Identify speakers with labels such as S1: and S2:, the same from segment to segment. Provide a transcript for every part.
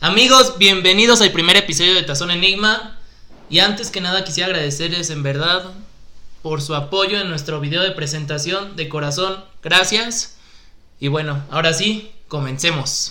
S1: Amigos, bienvenidos al primer episodio de Tazón Enigma. Y antes que nada quisiera agradecerles en verdad por su apoyo en nuestro video de presentación. De corazón, gracias. Y bueno, ahora sí, comencemos.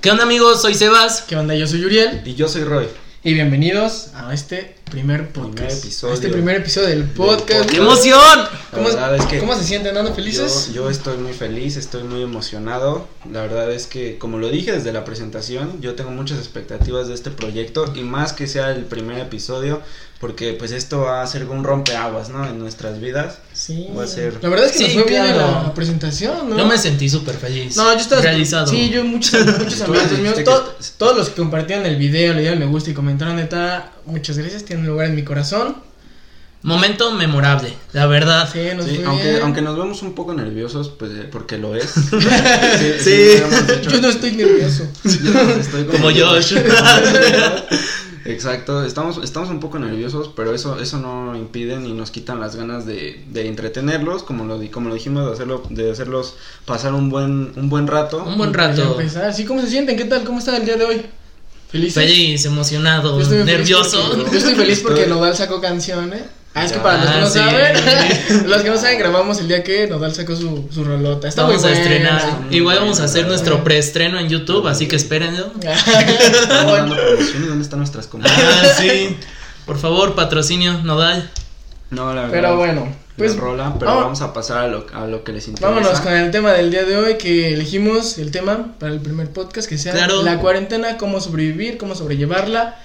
S1: ¿Qué onda amigos? Soy Sebas.
S2: ¿Qué onda? Yo soy Uriel
S3: Y yo soy Roy.
S2: y bienvenidos a este primer podcast.
S3: Primer episodio.
S2: Este primer episodio del podcast.
S3: podcast.
S1: ¡Qué emoción!
S3: La
S2: ¿Cómo,
S3: verdad es que
S2: cómo se sienten? ¿Andan felices?
S3: Yo, yo estoy muy feliz, estoy muy emocionado. La verdad es que, como lo dije desde la presentación, yo tengo muchas expectativas de este proyecto y más que sea el primer episodio, porque pues esto va a ser un rompeaguas, ¿no? En nuestras vidas.
S2: Sí.
S3: Voy a hacer-
S2: La verdad es que
S1: Sí,
S2: nos fue bien
S1: claro.
S2: la presentación, ¿no?
S1: Yo me sentí súper feliz.
S2: No, yo estaba
S1: realizado.
S2: Sí, yo muchos, muchos
S3: Tú
S2: amigos
S3: dijiste
S2: míos,
S3: que
S2: to-
S3: est-
S2: todos los que compartieron el video, le dieron me gusta y comentaron neta, muchas gracias, tienen un lugar en mi corazón.
S1: Momento memorable, la verdad.
S2: Sí, nos
S3: Sí,
S2: fue
S3: aunque,
S2: Pues bien.
S3: aunque nos vemos un poco nerviosos, pues eh, porque lo es. Sí, sí, lo hemos hecho.
S2: Yo no estoy nervioso.
S3: Yo estoy
S1: Como Josh.
S3: Exacto, estamos, estamos un poco nerviosos, pero eso, eso no impide ni nos quitan las ganas de, de entretenerlos, como lo, di- como lo dijimos, de, hacerlo, de hacerlos pasar un buen, un buen rato.
S1: Un buen
S2: Para
S1: rato.
S2: empezar. Sí, ¿cómo se sienten? ¿Qué tal? ¿Cómo está el día de hoy? ¿Felices?
S1: Feliz, emocionado,
S2: Yo estoy feliz
S1: nervioso.
S2: porque- yo estoy feliz porque
S3: Estoy-
S2: Nodal sacó canción, ¿eh? Ah, es que
S3: Ya.
S2: para los que no
S1: Ah, sí.
S2: saben, los que no saben, grabamos el día que Nodal sacó su, su rolota. Está
S1: vamos
S2: muy
S1: a
S2: buena.
S1: estrenar.
S3: muy
S1: Igual vamos
S3: buena,
S1: a hacer
S3: la verdad.
S1: nuestro preestreno en YouTube, así que espérenlo.
S3: Estamos dando
S2: Bueno,
S3: promociones, ¿dónde están nuestras
S1: Ah,
S3: compañías?
S1: sí. Por favor, patrocinio, Nodal.
S3: No, la verdad.
S2: Pero bueno,
S3: pues,
S2: pues
S3: rola, pero
S2: vamos-
S3: vamos a pasar a lo, a lo que les interesa.
S2: vámonos con el tema del día de hoy que elegimos el tema para el primer podcast que sea
S1: Claro.
S2: la cuarentena, cómo sobrevivir, cómo sobrellevarla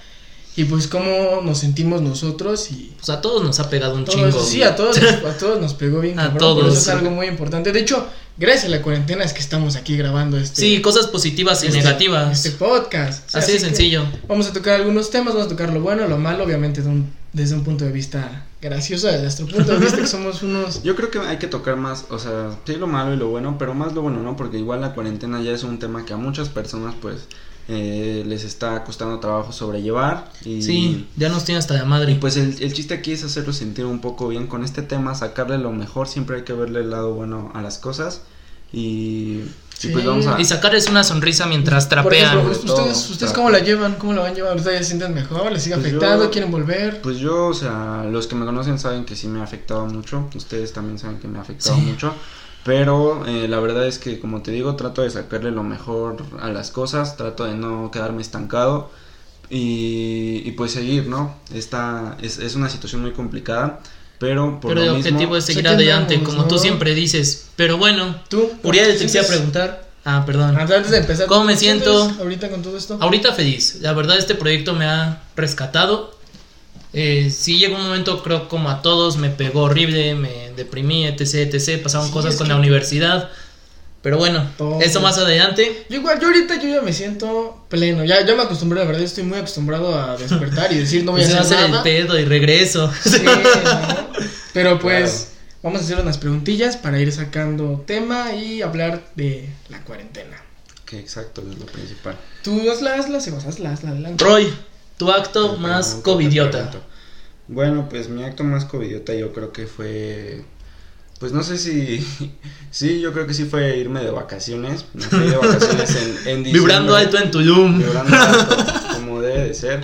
S2: y pues cómo nos sentimos nosotros y
S1: Pues a todos nos ha pegado un
S2: Todos-
S1: chingo.
S2: sí, a todos, a todos nos pegó bien.
S1: A
S2: cabrón, pero
S1: todos.
S2: Eso es algo muy importante. De hecho, gracias a la cuarentena es que estamos aquí grabando este.
S1: Sí, cosas positivas y
S2: este-
S1: negativas.
S2: Este podcast. O sea,
S1: así de
S2: que
S1: sencillo.
S2: Vamos a tocar algunos temas, vamos a tocar lo bueno, lo malo, obviamente de un- desde un punto de vista gracioso, desde nuestro punto de vista que somos unos.
S3: Yo creo que hay que tocar más, o sea, sí lo malo y lo bueno, pero más lo bueno, ¿no? Porque igual la cuarentena ya es un tema que a muchas personas, pues, eh, les está costando trabajo sobrellevar. Y,
S1: Sí, ya nos tiene hasta de madre.
S3: Y pues el, el chiste aquí es hacerlo sentir un poco bien con este tema, sacarle lo mejor, siempre hay que verle el lado bueno a las cosas. Y, y
S2: Sí.
S3: pues vamos a...
S1: Y sacarles una sonrisa mientras
S2: Por ejemplo,
S1: trapean.
S3: pues,
S2: ustedes, ustedes,
S3: Trapean.
S2: cómo la llevan, cómo la van a llevar, ustedes se sienten mejor, les sigue
S3: Pues
S2: afectando,
S3: yo-
S2: quieren volver.
S3: Pues yo, o sea, los que me conocen saben que sí me ha afectado mucho, ustedes también saben que me ha afectado
S1: Sí.
S3: mucho, pero eh, la verdad es que como te digo, trato de sacarle lo mejor a las cosas, trato de no quedarme estancado y, y pues seguir, ¿no? Esta es, es una situación muy complicada, pero por
S1: Pero el
S3: lo mismo...
S1: objetivo es
S2: Sí,
S1: seguir
S2: que
S1: adelante,
S2: andamos,
S1: como tú
S2: ¿no?
S1: siempre dices. Pero bueno,
S2: Tú,
S1: Uriel, te
S2: ¿Sientes-
S1: quisiera preguntar. Ah, perdón.
S2: Antes de empezar,
S1: ¿Cómo me
S2: ¿tú sientes
S1: siento?
S2: Ahorita con todo esto.
S1: Ahorita feliz. La verdad, este proyecto me ha rescatado. Eh, sí llegó un momento, creo, como a todos, me pegó horrible, me deprimí, etc, etc. Pasaron
S2: Sí,
S1: cosas
S2: es
S1: con
S2: que-
S1: la universidad. Pero bueno,
S2: Todo.
S1: eso más adelante.
S2: Yo igual, yo ahorita yo ya me siento pleno, ya, ya me acostumbré, la verdad, yo estoy muy acostumbrado a despertar y decir no voy
S1: pues, se
S2: a
S1: va a
S2: hacer
S1: hacer el
S2: nada.
S1: pedo y regreso.
S2: Sí, ¿no? Pero pues vamos a hacer unas preguntillas para ir sacando tema y hablar de la cuarentena.
S3: Que exacto, es lo principal.
S2: Tú hazla, hazla, Sebas, hazla, hazla, adelante.
S1: Roy, tu acto
S3: Te
S1: más
S3: pregunto, te
S1: covidiota.
S3: pregunto. Bueno, pues mi acto más covidiota yo creo que fue. Pues no sé si. Sí, yo creo que sí fue irme de vacaciones. Me fui de vacaciones en, en diciembre.
S1: Vibrando alto en Tulum.
S3: Vibrando alto, como debe de ser.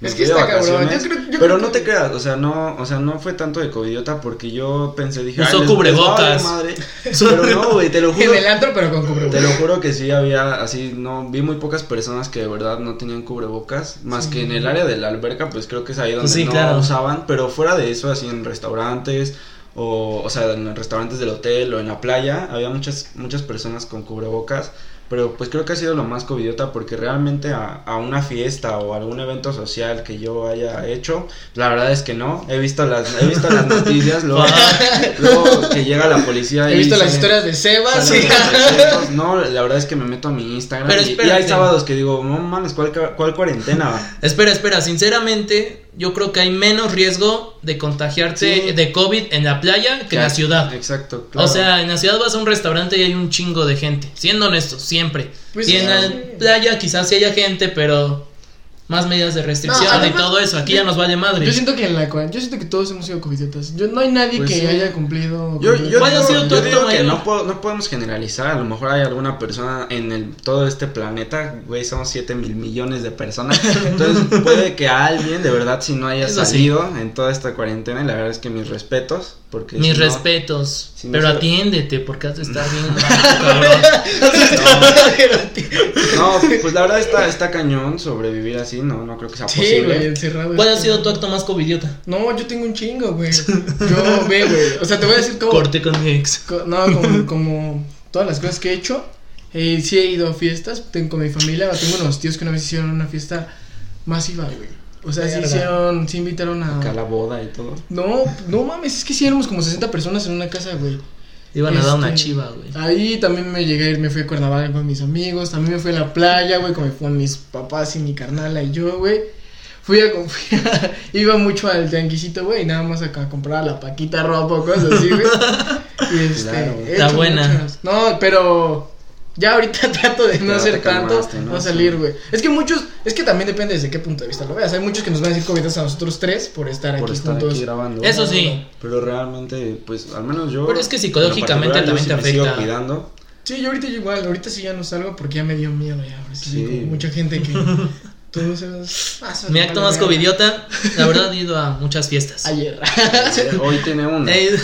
S3: Me
S2: Es
S3: fui
S2: que
S3: de
S2: está cabrón,
S3: vacaciones,
S2: yo creo- yo creo
S3: pero no
S2: que-
S3: te creas, o sea, no, o sea, no fue tanto de covidiota porque yo pensé, dije,
S1: Usó
S3: "Ay, les- les va a
S1: cubrebocas".
S3: valer madre. Pero no, güey, te lo juro.
S2: En el antro, pero con
S3: Te
S2: cubrebocas.
S3: lo juro que sí había así, no vi muy pocas personas que de verdad no tenían cubrebocas, más que en el área de la alberca, pues creo que es ahí donde
S1: Pues sí,
S3: no
S1: claro.
S3: usaban, pero fuera de eso, así en restaurantes o, o sea, en los restaurantes del hotel o en la playa, había muchas muchas personas con cubrebocas, pero pues creo que ha sido lo más covidiota porque realmente a, a una fiesta o algún evento social que yo haya hecho, la verdad es que no, he visto las he visto las noticias, luego, luego que llega la policía
S2: He
S3: y
S2: visto las
S3: salen-
S2: historias de Sebas.
S3: Salen
S2: sí.
S3: los conciertos. No, la verdad es que me meto a mi Instagram.
S1: Pero
S3: y- y,
S1: espérate.
S3: hay sábados que digo, no mames, ¿cuál, ca- cuál cuarentena?
S1: Espera, espera, sinceramente, yo creo que hay menos riesgo de contagiarte
S3: Sí.
S1: de COVID en la playa que en la ciudad.
S3: Exacto, claro.
S1: O sea, en la ciudad vas a un restaurante y hay un chingo de gente, siendo honestos, siempre.
S2: Pues
S1: y
S2: sí,
S1: en la
S2: sí.
S1: playa quizás sí haya gente, pero más medidas de restricción
S2: No,
S1: y
S2: además,
S1: todo eso. Aquí
S2: yo-
S1: ya nos vale madre.
S2: Yo siento que en la cua- yo siento que todos hemos sido covidiotas. Yo no hay nadie
S3: Pues
S2: que
S3: sí.
S2: haya cumplido.
S3: Yo, yo
S1: ¿Cuál ha
S3: digo,
S1: sido tu
S3: yo
S1: acto
S3: digo que
S1: mayor?
S3: no, puedo- no podemos generalizar. A lo mejor hay alguna persona en el, todo este planeta, güey, somos 7 mil millones de personas. Entonces puede que a alguien, de verdad, si no haya
S1: Eso sí.
S3: salido en toda esta cuarentena, y la verdad es que mis respetos. Porque
S1: Mis
S3: si no-
S1: respetos.
S3: si no
S1: pero
S3: se-
S1: atiéndete, porque has de estar bien. cabrón.
S3: No, pues la verdad está, está cañón sobrevivir así, no, no creo que sea
S2: Sí,
S3: posible.
S2: güey, encerrado.
S1: ¿Cuál ha sido tu acto más covidiota?
S2: No, yo tengo un chingo, güey. Yo ve, güey. O sea, te voy a decir cómo.
S1: Corté con mi ex.
S2: co- No, como, como todas las cosas que he hecho. Eh, sí he ido a fiestas. Tengo con mi familia. Tengo unos tíos que una vez hicieron una fiesta masiva, güey. O sea, sí
S1: Verga. Ah,
S2: hicieron, sí invitaron a.
S3: Acá la boda y todo.
S2: No, no mames, es que sí éramos como 60 personas en una casa, güey.
S1: Iban a dar una
S2: Este,
S1: chiva, güey.
S2: Ahí también me llegué, me fui a Cuernavaca con mis amigos, también me fui a la playa, güey, con, con mis papás y mi carnala y yo, güey. Fui a, com- fui a- iba mucho al tianguisito, güey, nada más acá a comprar la paquita ropa, cosas así, güey. Y este,
S3: Claro.
S2: he
S1: Está
S2: hecho
S1: buena.
S2: muchas- No, pero ya ahorita trato de no
S3: Ya te
S2: hacer tanto,
S3: calmaste,
S2: no,
S3: ¿no?
S2: salir,
S3: Sí.
S2: güey. Es que muchos, es que también depende desde qué punto de vista lo veas. Hay muchos que nos van a decir comidas a nosotros tres por estar
S3: Por
S2: aquí
S3: estar
S2: juntos.
S3: aquí grabando.
S1: Eso sí.
S3: Pero realmente, pues al menos yo.
S1: Pero es que psicológicamente
S3: en lo particular,
S1: también
S3: yo
S1: te
S3: sí me
S1: afecta.
S3: Sigo cuidando.
S2: Sí, yo ahorita yo igual, ahorita sí ya no salgo porque ya me dio miedo ya. ahora sí,
S3: Sí.
S2: como mucha gente que tú se vas. ah, se
S1: Mi
S2: vale
S1: acto más
S2: verga.
S1: covidiota, la verdad, he ido a muchas fiestas.
S2: Ayer.
S3: Eh, Hoy tiene uno.
S1: He ido-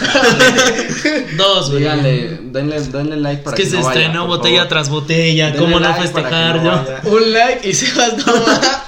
S1: Dos, güey.
S3: Díganle, denle, denle like
S1: Es
S3: para
S1: que,
S3: que,
S1: se
S3: no vaya,
S1: estrenó
S3: por
S1: botella
S3: favor.
S1: tras botella.
S3: Denle
S1: ¿Cómo no
S3: like para que
S1: festejarlo?
S3: no
S1: No,
S3: vaya.
S2: Un like y Sebas no va.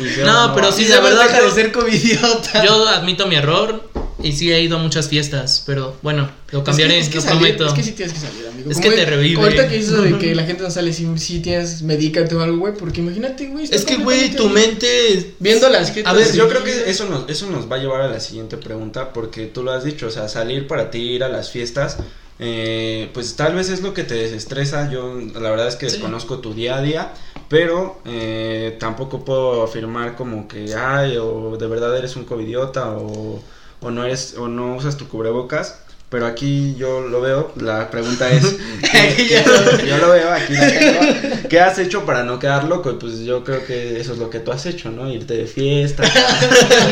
S3: Y Sebas
S1: No, pero
S3: va.
S1: sí,
S2: Y
S1: la
S2: Sebas
S1: verdad,
S2: deja
S1: yo-
S2: de ser covidiota.
S1: Yo admito mi error y sí he ido a muchas fiestas, pero bueno, lo cambiaré,
S2: es que, es que
S1: lo
S2: salir-
S1: prometo.
S2: Es que sí tienes que salir, amigo.
S1: Es
S2: Como
S1: que te
S2: el-
S1: revive.
S2: Ahorita que eso de que la gente no sale, si, si tienes, medícate o algo, güey, porque imagínate, güey. estás
S1: Es que, güey, tu
S2: completamente
S1: mente.
S2: Viendo las jetas.
S1: A ver,
S3: Yo creo que eso nos, eso nos va a llevar a la siguiente pregunta, porque tú lo has dicho, o sea, salir para ti, ir a las fiestas, eh, pues tal vez es lo que te desestresa, yo la verdad es que
S1: Sí.
S3: desconozco tu día a día, pero eh, tampoco puedo afirmar como que, ay, o de verdad eres un covidiota, o, o no eres, o no usas tu cubrebocas. Pero aquí yo lo veo, la pregunta es, ¿qué-
S2: Ya
S3: qué- yo lo veo, aquí la tengo. ¿Qué has hecho para no quedar loco? Y Pues yo creo que eso es lo que tú has hecho, ¿no? Irte de fiesta,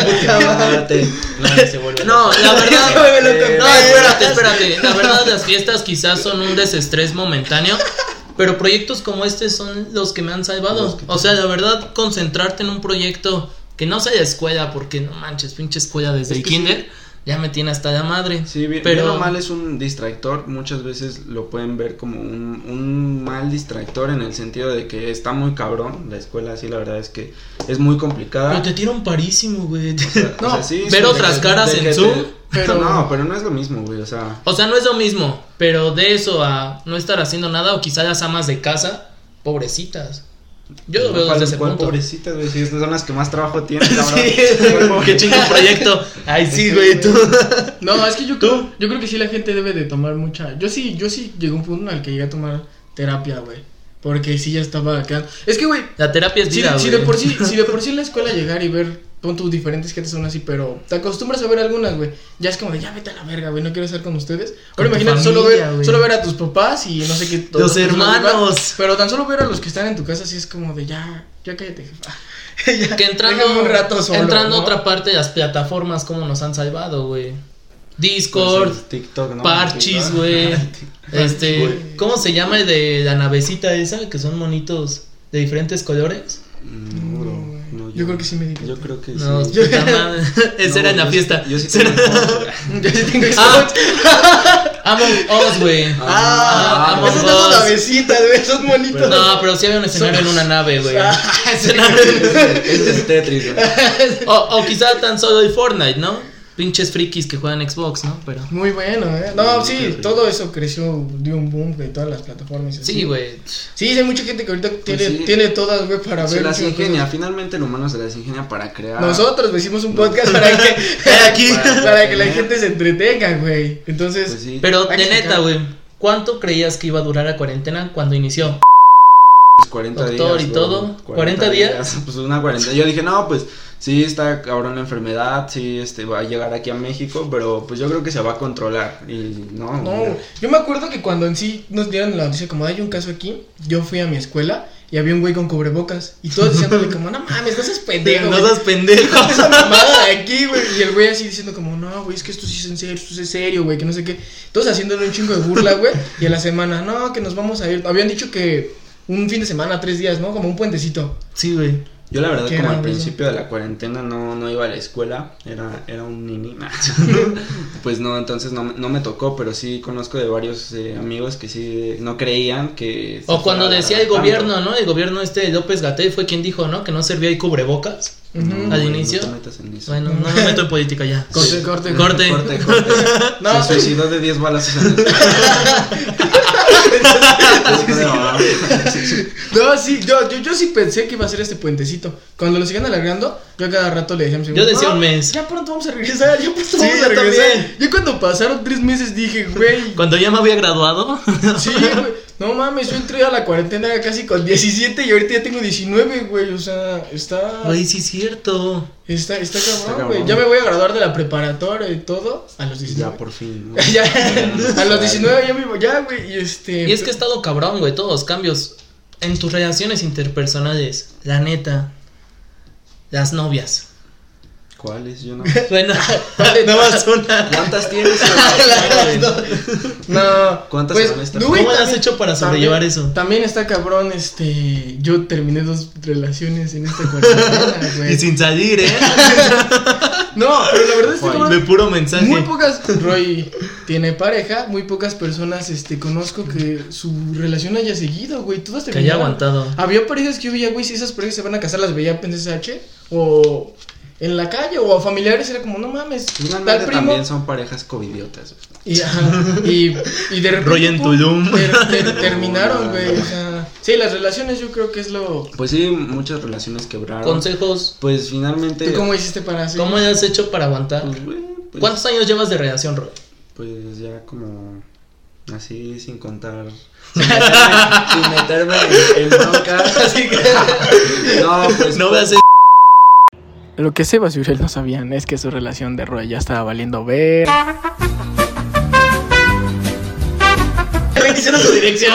S3: Aparte, nadie se vuelve
S1: No,
S3: loco.
S1: la
S2: Se
S1: verdad.
S2: vuelve loco.
S1: No, espérate, espérate. La verdad, las fiestas quizás son un desestrés momentáneo. Pero proyectos como este son los que me han
S3: Los
S1: salvado.
S3: que te-
S1: O sea, la verdad, concentrarte en un proyecto que no sea de escuela, porque no manches, pinche escuela desde
S3: Es
S1: el
S3: que sí.
S1: kinder, ya me tiene hasta la madre.
S3: Sí, bien,
S1: Pero-
S3: bien o mal es un distractor. Muchas veces lo pueden ver como un, un mal distractor en el sentido de que está muy cabrón. La escuela, sí, la verdad es que es muy complicada.
S2: ¿Ah?
S1: Pero te tiran parísimo, güey.
S3: O sea,
S2: No,
S3: o sea, sí,
S1: ver
S3: de
S1: otras
S3: que-
S1: caras
S3: de
S1: en
S3: que
S1: Zoom,
S2: pero-
S3: No, pero no es lo mismo, güey. O sea,
S1: O sea, no es lo mismo, pero de eso a no estar haciendo nada o quizás las amas de casa, pobrecitas. Yo lo veo
S3: ¿cuál-
S1: desde ese
S3: cuál
S1: punto.
S3: Pobrecitas, güey. Si estas son las que más trabajo tienen, cabrón. ¿Cuál pobre-
S1: Qué chingo proyecto. Ay, sí, güey, tú.
S2: No, es que yo creo, yo creo que sí la gente debe de tomar mucha. Yo sí, yo sí llegué a un punto en el que llegué a tomar terapia, güey. Porque sí ya estaba acá. Es que, güey,
S1: La terapia es
S2: si,
S1: vida,
S2: si de
S1: güey.
S2: por sí, si de por sí en la escuela llegar y ver con tus diferentes gentes son así, pero te acostumbras a ver algunas, güey. Ya es como de, ya vete a la verga, güey, no quiero estar con ustedes.
S1: Con tu
S2: Ahora imagínate solo
S1: familia,
S2: ver,
S1: güey.
S2: solo ver a tus papás y no sé qué.
S1: Los
S2: otras personas,
S1: hermanos.
S2: güey. Pero tan solo ver a los que están en tu casa sí es como de, ya, ya cállate, jefa. Ya,
S1: que entrando
S2: déjame un rato solo,
S1: entrando a
S2: ¿no?
S1: otra parte de las plataformas como nos han salvado, güey. Discord,
S3: Pues, el TikTok, ¿no?
S1: Parchis,
S3: TikTok.
S1: güey. este,
S2: güey.
S1: ¿cómo se llama el de la navecita esa que son monitos de diferentes colores?
S3: No, bro, no,
S2: Mm, Yo creo que sí me di cuenta.
S3: Yo creo que
S1: No,
S3: sí.
S1: puta madre. esa
S3: No,
S1: era en la
S3: yo sí-
S1: fiesta.
S3: Yo sí
S1: Esa era-
S3: tengo fotos.
S2: Yo sí tengo
S1: Ah, Among Us, güey.
S2: Ah,
S1: Ah,
S2: esas
S1: Among
S2: no son
S1: Us.
S2: navecitas, güey, esos monitos.
S1: No, pero sí había un escenario en una nave, güey.
S3: Ah, Ese es Tetris, güey.
S1: O, o quizá tan solo el Fortnite, ¿no? Pinches frikis que juegan Xbox, ¿no? Pero.
S2: Muy bueno, ¿eh? No, sí, todo eso creció, dio un boom de todas las plataformas. y así.
S1: Sí, güey.
S2: Sí, hay mucha gente que ahorita tiene,
S3: sí.
S2: tiene todas, güey, para
S3: Se
S2: ver.
S3: las
S2: muchas
S3: ingenia,
S2: cosas.
S3: finalmente el humano se las ingenia para crear.
S2: Nosotros güey, hicimos un podcast para que,
S1: Para aquí.
S2: para que la gente se entretenga, güey. Entonces,
S3: Pues sí.
S1: Pero
S2: Hay
S1: de
S2: que
S1: neta,
S2: sacar.
S1: güey. ¿Cuánto creías que iba a durar la cuarentena cuando inició?
S3: Pues 40
S1: Doctor
S3: días.
S1: y
S3: bro,
S1: todo, 40 días.
S3: Pues una 40. Yo dije, no, pues sí, está cabrón la enfermedad, sí, este, va a llegar aquí a México, pero pues yo creo que se va a controlar. Y no,
S2: no, yo me acuerdo que cuando en sí nos dieron la noticia como hay un caso aquí, yo fui a mi escuela y había un güey con cubrebocas. Y todos diciéndole como, no mames, no seas pendejo.
S1: No
S2: güey.
S1: seas pendejo.
S2: esa mamada de aquí, güey. Y el güey así diciendo como, no, güey, es que esto sí es en serio, esto sí es serio, güey, que no sé qué. Todos haciéndole un chingo de burla, güey. Y a la semana, no, que nos vamos a ir. Habían dicho que un fin de semana, tres días, ¿no? Como un puentecito.
S1: Sí, güey.
S3: Yo la verdad
S2: Qué
S3: como al
S2: grave,
S3: principio de la cuarentena no, no iba a la escuela, era, era un nini. nah. pues no, entonces no, me- no me tocó, pero sí conozco de varios eh, amigos que sí no creían que... se
S1: O cuando
S3: fuera a
S1: decía
S3: dar
S1: el
S3: tanto.
S1: gobierno, ¿no? El gobierno este López Gatell fue quien dijo, ¿no? Que no servía el cubrebocas.
S2: Ujú.
S3: No,
S1: Al
S3: güey,
S1: inicio.
S3: No te metas en eso.
S1: Bueno, no me meto en política ya.
S2: Corte,
S3: Sí.
S2: corte,
S1: Corte.
S3: Corte, corte.
S2: No,
S3: Se suicidó de 10 balas en el-
S2: No, sí, yo, yo, yo sí pensé que iba a ser este puentecito. Cuando lo sigan alargando, yo a cada rato le decía a mi
S1: Yo decía
S2: "No,
S1: un mes.
S2: Ya pronto vamos a regresar, ya pronto
S1: Sí,
S2: vamos
S1: yo
S2: a regresar.
S1: también.
S2: Yo cuando pasaron tres meses dije, güey,
S1: Cuando ya me había graduado.
S2: sí, güey. No mames, yo entré a la cuarentena casi con 17 y ahorita ya tengo 19, güey. O sea, está.
S1: Ay, sí es cierto.
S2: Está, está cabrón,
S3: cabrón.
S2: güey. Ya me voy a graduar de la preparatoria y todo a los
S3: Ya,
S2: 19.
S3: por fin. ¿no?
S2: Ya, a los 19 ya me ya, güey. Y este.
S1: Y es que ha estado cabrón, güey, todos los cambios en tus relaciones interpersonales, la neta, las novias.
S3: ¿Cuál es? Yo no.
S1: Bueno, nada más una.
S3: ¿Cuántas tienes?
S2: No.
S3: ¿Cuántas
S2: pues,
S3: se van a estar?
S2: no, güey,
S1: ¿Cómo le has
S2: también-
S1: hecho para
S2: también-
S1: sobrellevar eso?
S2: También está cabrón, este. Yo terminé dos relaciones en esta cuarentena,
S1: Y
S2: güey.
S1: sin salir, ¿eh?
S2: No, pero la verdad está
S3: Juan,
S1: De
S2: cabrón.
S1: puro mensaje.
S2: Muy pocas. Roy tiene pareja, muy pocas personas este, conozco que su relación haya seguido, güey. Todas
S1: Que haya
S2: terminaron.
S1: aguantado.
S2: Había parejas que yo veía, güey, si esas parejas se van a casar, las veía en SH o en la calle o a familiares. Era como, no mames, tal
S3: Finalmente
S2: primo.
S3: también son parejas covidiotas. güey.
S2: Y, ajá, y, y de repente.
S1: Roy en
S2: pum,
S1: Tulum.
S2: ter- ter- terminaron,
S3: No, no.
S2: güey. O sea, sí, las relaciones yo creo que es lo.
S3: Pues sí, muchas relaciones quebraron.
S1: Consejos,
S3: Pues finalmente.
S2: ¿Tú cómo hiciste para hacer?
S1: ¿cómo le has hecho para aguantar?
S3: Pues, güey, pues,
S1: ¿Cuántos años llevas de relación, Roy?
S3: pues ya como. Así sin contar. Sin meterme, sin meterme en- en broncas.
S1: Así que
S3: No, pues.
S1: no veas
S2: Lo que Sebas y Uriel no sabían es que su relación de Roy ya estaba valiendo ver.
S1: Le quisieron su dirección.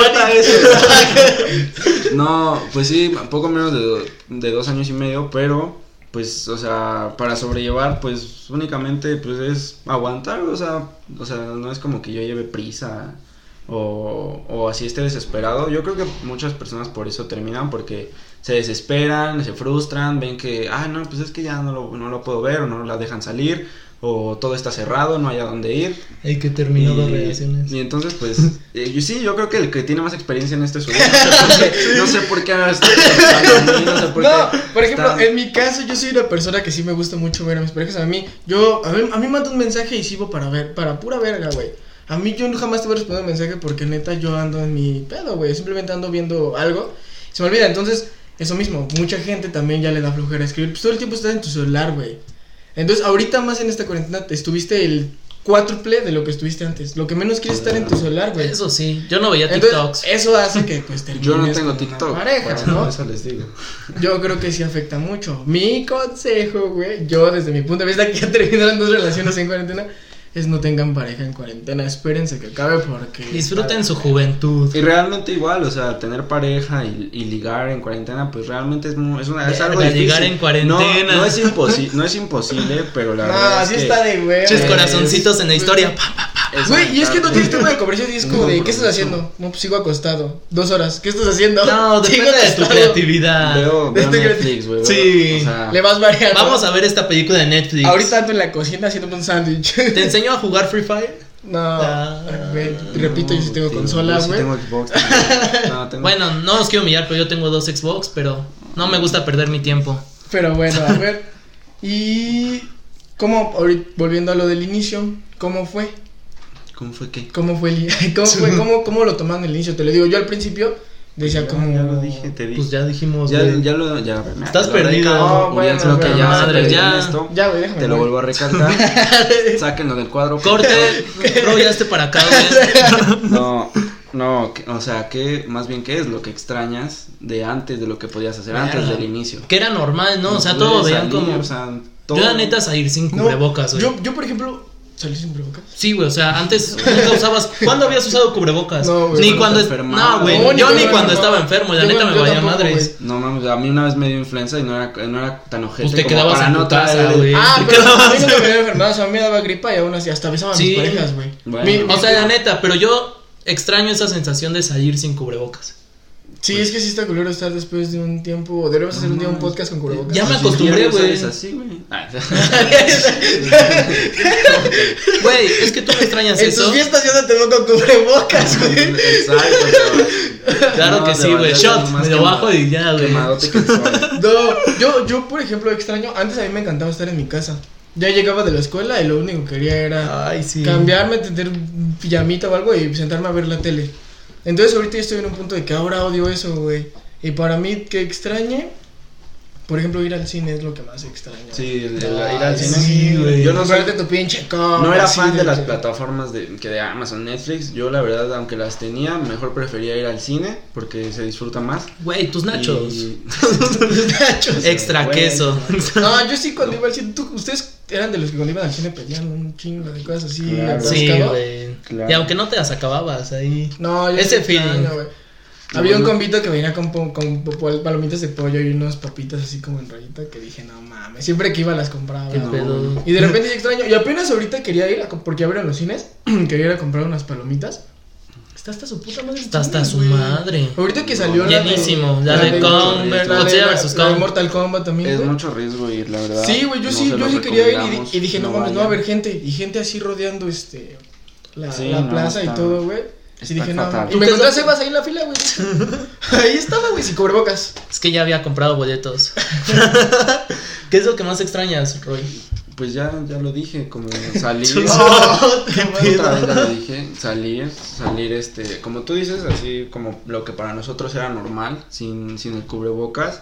S3: No, pues sí, poco menos de, do- de dos años y medio, pero pues, o sea, para sobrellevar, pues únicamente pues es aguantar, o sea, o sea, no es como que yo lleve prisa o, o así esté desesperado. Yo creo que muchas personas por eso terminan, porque se desesperan, se frustran, ven que, ah, no, pues es que ya no lo, no lo puedo ver o no la dejan salir. O todo está cerrado, no hay a dónde ir.
S1: El que terminó dos
S3: Y-
S1: relaciones.
S3: Y entonces, pues, eh, yo, sí, yo creo que el que tiene más experiencia en este esto es Uriel. No sé por qué- No sé por qué ahora estoy pensando en mí, no sé por
S2: No,
S3: qué
S2: por ejemplo,
S3: están-
S2: en mi caso, yo soy una persona que sí me gusta mucho ver a mis parejas. A mí, yo, a mí, a mí manda un mensaje y sigo para ver, para pura verga, güey. A mí yo jamás te voy a responder un mensaje porque neta yo ando en mi pedo, güey. Simplemente ando viendo algo. Se me olvida, entonces, eso mismo. Mucha gente también ya le da flojera escribir. Pues todo el tiempo estás en tu celular, güey. Entonces, ahorita más en esta cuarentena te estuviste el cuádruple de lo que estuviste antes. Lo que menos quieres es estar en tu celular, güey.
S1: Eso sí, yo no veía
S2: Entonces,
S1: TikToks.
S2: eso hace que pues termines
S3: Yo no tengo
S2: con una
S3: TikTok.
S2: pareja,
S3: por
S2: ¿no?
S3: Eso les digo.
S2: Yo creo que sí afecta mucho. Mi consejo, güey, yo desde mi punto de vista que ya terminaron dos relaciones en cuarentena, es no tengan pareja en cuarentena. Espérense que acabe porque.
S1: Disfruten su juventud.
S3: Y realmente igual, o sea, tener pareja y, y ligar en cuarentena, pues realmente es, mu- es, una, es algo
S1: Verga,
S3: difícil.
S1: ligar en cuarentena.
S3: No, no es imposible, no es imposible, pero
S1: Ah,
S3: la
S2: No,
S3: verdad
S2: así
S3: es que...
S2: está de güey.
S1: Muchos
S3: Eh,
S1: corazoncitos en la
S2: pues,
S1: historia. pa, pa, pa.
S3: es
S2: Güey, y es que no tienes tema de conversación y es como
S3: No,
S2: de,
S3: por
S2: ¿qué estás
S3: eso.
S2: haciendo? No, pues sigo acostado. Dos horas. ¿Qué estás haciendo?
S1: No,
S2: Sigo
S1: depende de tu
S2: acostado.
S1: creatividad.
S3: Veo, veo
S2: Este-
S3: Netflix, güey.
S1: Sí.
S3: O sea,
S2: Le vas variando.
S1: Vamos a ver esta película de Netflix.
S2: Ahorita ando en la cocina haciendo un sándwich.
S1: ¿Te enseño a jugar Free Fire?
S2: No,
S1: Ah.
S2: güey, repito, yo sí tengo
S3: tío,
S2: consola,
S3: yo sí
S2: güey.
S3: tengo Xbox. también. No, tengo-
S1: Bueno, no os quiero humillar, pero yo tengo dos Xbox, pero no me gusta perder mi tiempo.
S2: Pero bueno, a ver. Y como ahorita, volviendo a lo del inicio, ¿cómo fue?
S3: ¿Cómo fue que?
S2: ¿Cómo fue el i- cómo fue cómo, cómo lo tomaron el inicio? Te lo digo, yo al principio decía
S3: Ya,
S2: como
S3: ya lo dije, te dije.
S1: Pues ya dijimos.
S3: Ya,
S1: güey.
S3: ya lo. Ya,
S1: Estás
S3: lo recalco,
S1: perdido.
S2: No,
S3: Julián,
S2: bueno,
S3: creo que
S2: pero
S3: ya
S1: madre,
S3: se perdió en
S1: ya.
S3: esto.
S2: Ya, güey, déjame.
S3: Te lo
S2: güey.
S3: vuelvo a recalcar. Sáquenlo del cuadro. por
S1: Corte, rollaste para acá, güey.
S3: favor. No, no, que- o sea, que más bien qué es lo que extrañas de antes, de lo que podías hacer antes
S1: Verga.
S3: del inicio.
S1: Que era normal, ¿no? O sea,
S3: pude
S1: todo veían
S3: salir,
S1: como.
S3: O sea, todo.
S1: Yo la neta salir sin
S2: No,
S1: cubrebocas, güey.
S2: yo, yo por ejemplo ¿Salí sin cubrebocas?
S1: Sí, güey, o sea, antes nunca usabas. ¿Cuándo habías usado cubrebocas?
S2: No, güey,
S1: ni
S2: cuando
S1: cuando.
S3: te
S1: es-
S3: enfermabas.
S1: No, güey.
S2: No, ni
S1: yo ni
S2: cuando
S1: cuando
S2: enfermabas.
S1: estaba enfermo, la
S2: Yo-
S1: neta me
S2: yo
S1: valía
S2: tampoco,
S1: madres.
S3: No mames, a mí una vez me dio influenza y no era, no era tan ojete
S1: Pues te
S3: como
S1: quedabas
S3: para
S1: en tu
S3: no
S1: casa,
S3: traer-
S1: güey.
S2: Ah,
S1: ¿Y qué
S2: pero a mí
S1: vas a
S2: nunca me
S1: hacer?
S2: daba enfermedad, o sea, a mí me daba gripa y aún así, hasta besaba a
S1: Sí.
S2: mis parejas, güey.
S3: Bueno.
S2: Mi- mi-
S1: O sea, la neta, pero yo extraño esa sensación de salir sin cubrebocas.
S2: Sí, es que sí está culero estar después de un tiempo. Deberíamos hacer un día un podcast con cubrebocas.
S1: Ya me
S3: Sí,
S1: acostumbré,
S3: ya sabes,
S1: güey.
S3: así, güey. Ah,
S1: Güey, es que tú no extrañas
S2: En tus
S1: eso.
S2: fiestas yo no te veo con cubrebocas, güey.
S3: Exacto, pero-
S1: Claro
S3: No,
S1: que
S3: te
S1: sí, güey.
S3: valía
S1: Shot,
S3: algo más
S1: me lo
S3: quemado-
S1: bajo y ya, güey.
S3: Quemadote que soy.
S2: No, yo, yo, por ejemplo, extraño. Antes a mí me encantaba estar en mi casa. Ya llegaba de la escuela y lo único que quería era
S1: Ay, sí.
S2: cambiarme, tener un pijamita o algo y sentarme a ver la tele. Entonces, ahorita yo estoy en un punto de que ahora odio eso, güey. Y para mí, que extrañe, por ejemplo, ir al cine es lo que más extraño.
S3: Sí, el- el-
S1: Ay,
S3: ir al cine.
S1: sí, güey.
S3: Yo no soy-
S2: Comprarte tu pinche coca,
S3: No era
S2: así
S3: fan de las
S2: que-
S3: plataformas de, que de Amazon, Netflix. Yo, la verdad, aunque las tenía, mejor prefería ir al cine porque se disfruta más.
S1: Güey, tus nachos.
S3: Y-
S2: Nachos.
S1: Extra
S3: Güey.
S1: queso.
S2: No, yo sí cuando iba al cine, tú- ustedes eran de los que cuando iban al cine pedían un chingo de cosas así.
S3: Claro.
S1: Sí,
S2: atascado.
S1: güey.
S3: Claro.
S1: Y aunque no te las acababas ahí.
S2: No, yo
S1: Ese
S2: sí extraño,
S1: feeling.
S2: güey. Había un
S3: Bueno.
S2: convito que venía con, po- con po- pol- palomitas de pollo y unos papitas así como en rayita que dije, no mames, siempre que iba las compraba.
S1: Qué
S2: güey.
S1: pedo.
S2: Y de repente sí extraño, y apenas ahorita quería ir, a co- porque abrieron los cines, quería ir a comprar unas palomitas. Está hasta su puta madre. el
S1: Está hasta
S2: cine,
S1: su
S2: güey.
S1: madre.
S2: Ahorita que salió la de-
S1: Llenísimo. La
S3: la
S1: de
S3: de-
S1: Conver-
S3: la de-
S1: Godzilla
S2: la-
S1: vs.
S2: la de
S1: Kong.
S2: Mortal Kombat también.
S3: Es
S2: güey.
S3: mucho riesgo ir, la verdad.
S2: Sí, güey, yo
S3: No
S2: sí,
S3: se
S2: yo
S3: lo
S2: sí quería ir y di-
S3: recomendamos,
S2: y, dije, no, mames, no va a
S3: vayan.
S2: haber gente. Y gente así rodeando este la,
S3: Sí,
S2: la
S3: no,
S2: plaza y
S3: está-
S2: todo, güey. Sí
S3: está
S2: dije, no.
S3: fatal.
S2: no. Y
S1: ¿Tú
S2: me
S1: qué
S2: encontré a
S1: es lo-
S2: Sebas ahí en la fila, güey. ahí estaba, güey, sin cubrebocas.
S1: Es que ya había comprado boletos. ¿Qué es lo que más extrañas, Roy?
S3: Pues ya, ya lo dije, como salir.
S1: Oh, qué
S3: Otra vez ya
S1: pedo.
S3: lo dije, salir, salir este, como tú dices, así como lo que para nosotros era normal, sin, sin el cubrebocas.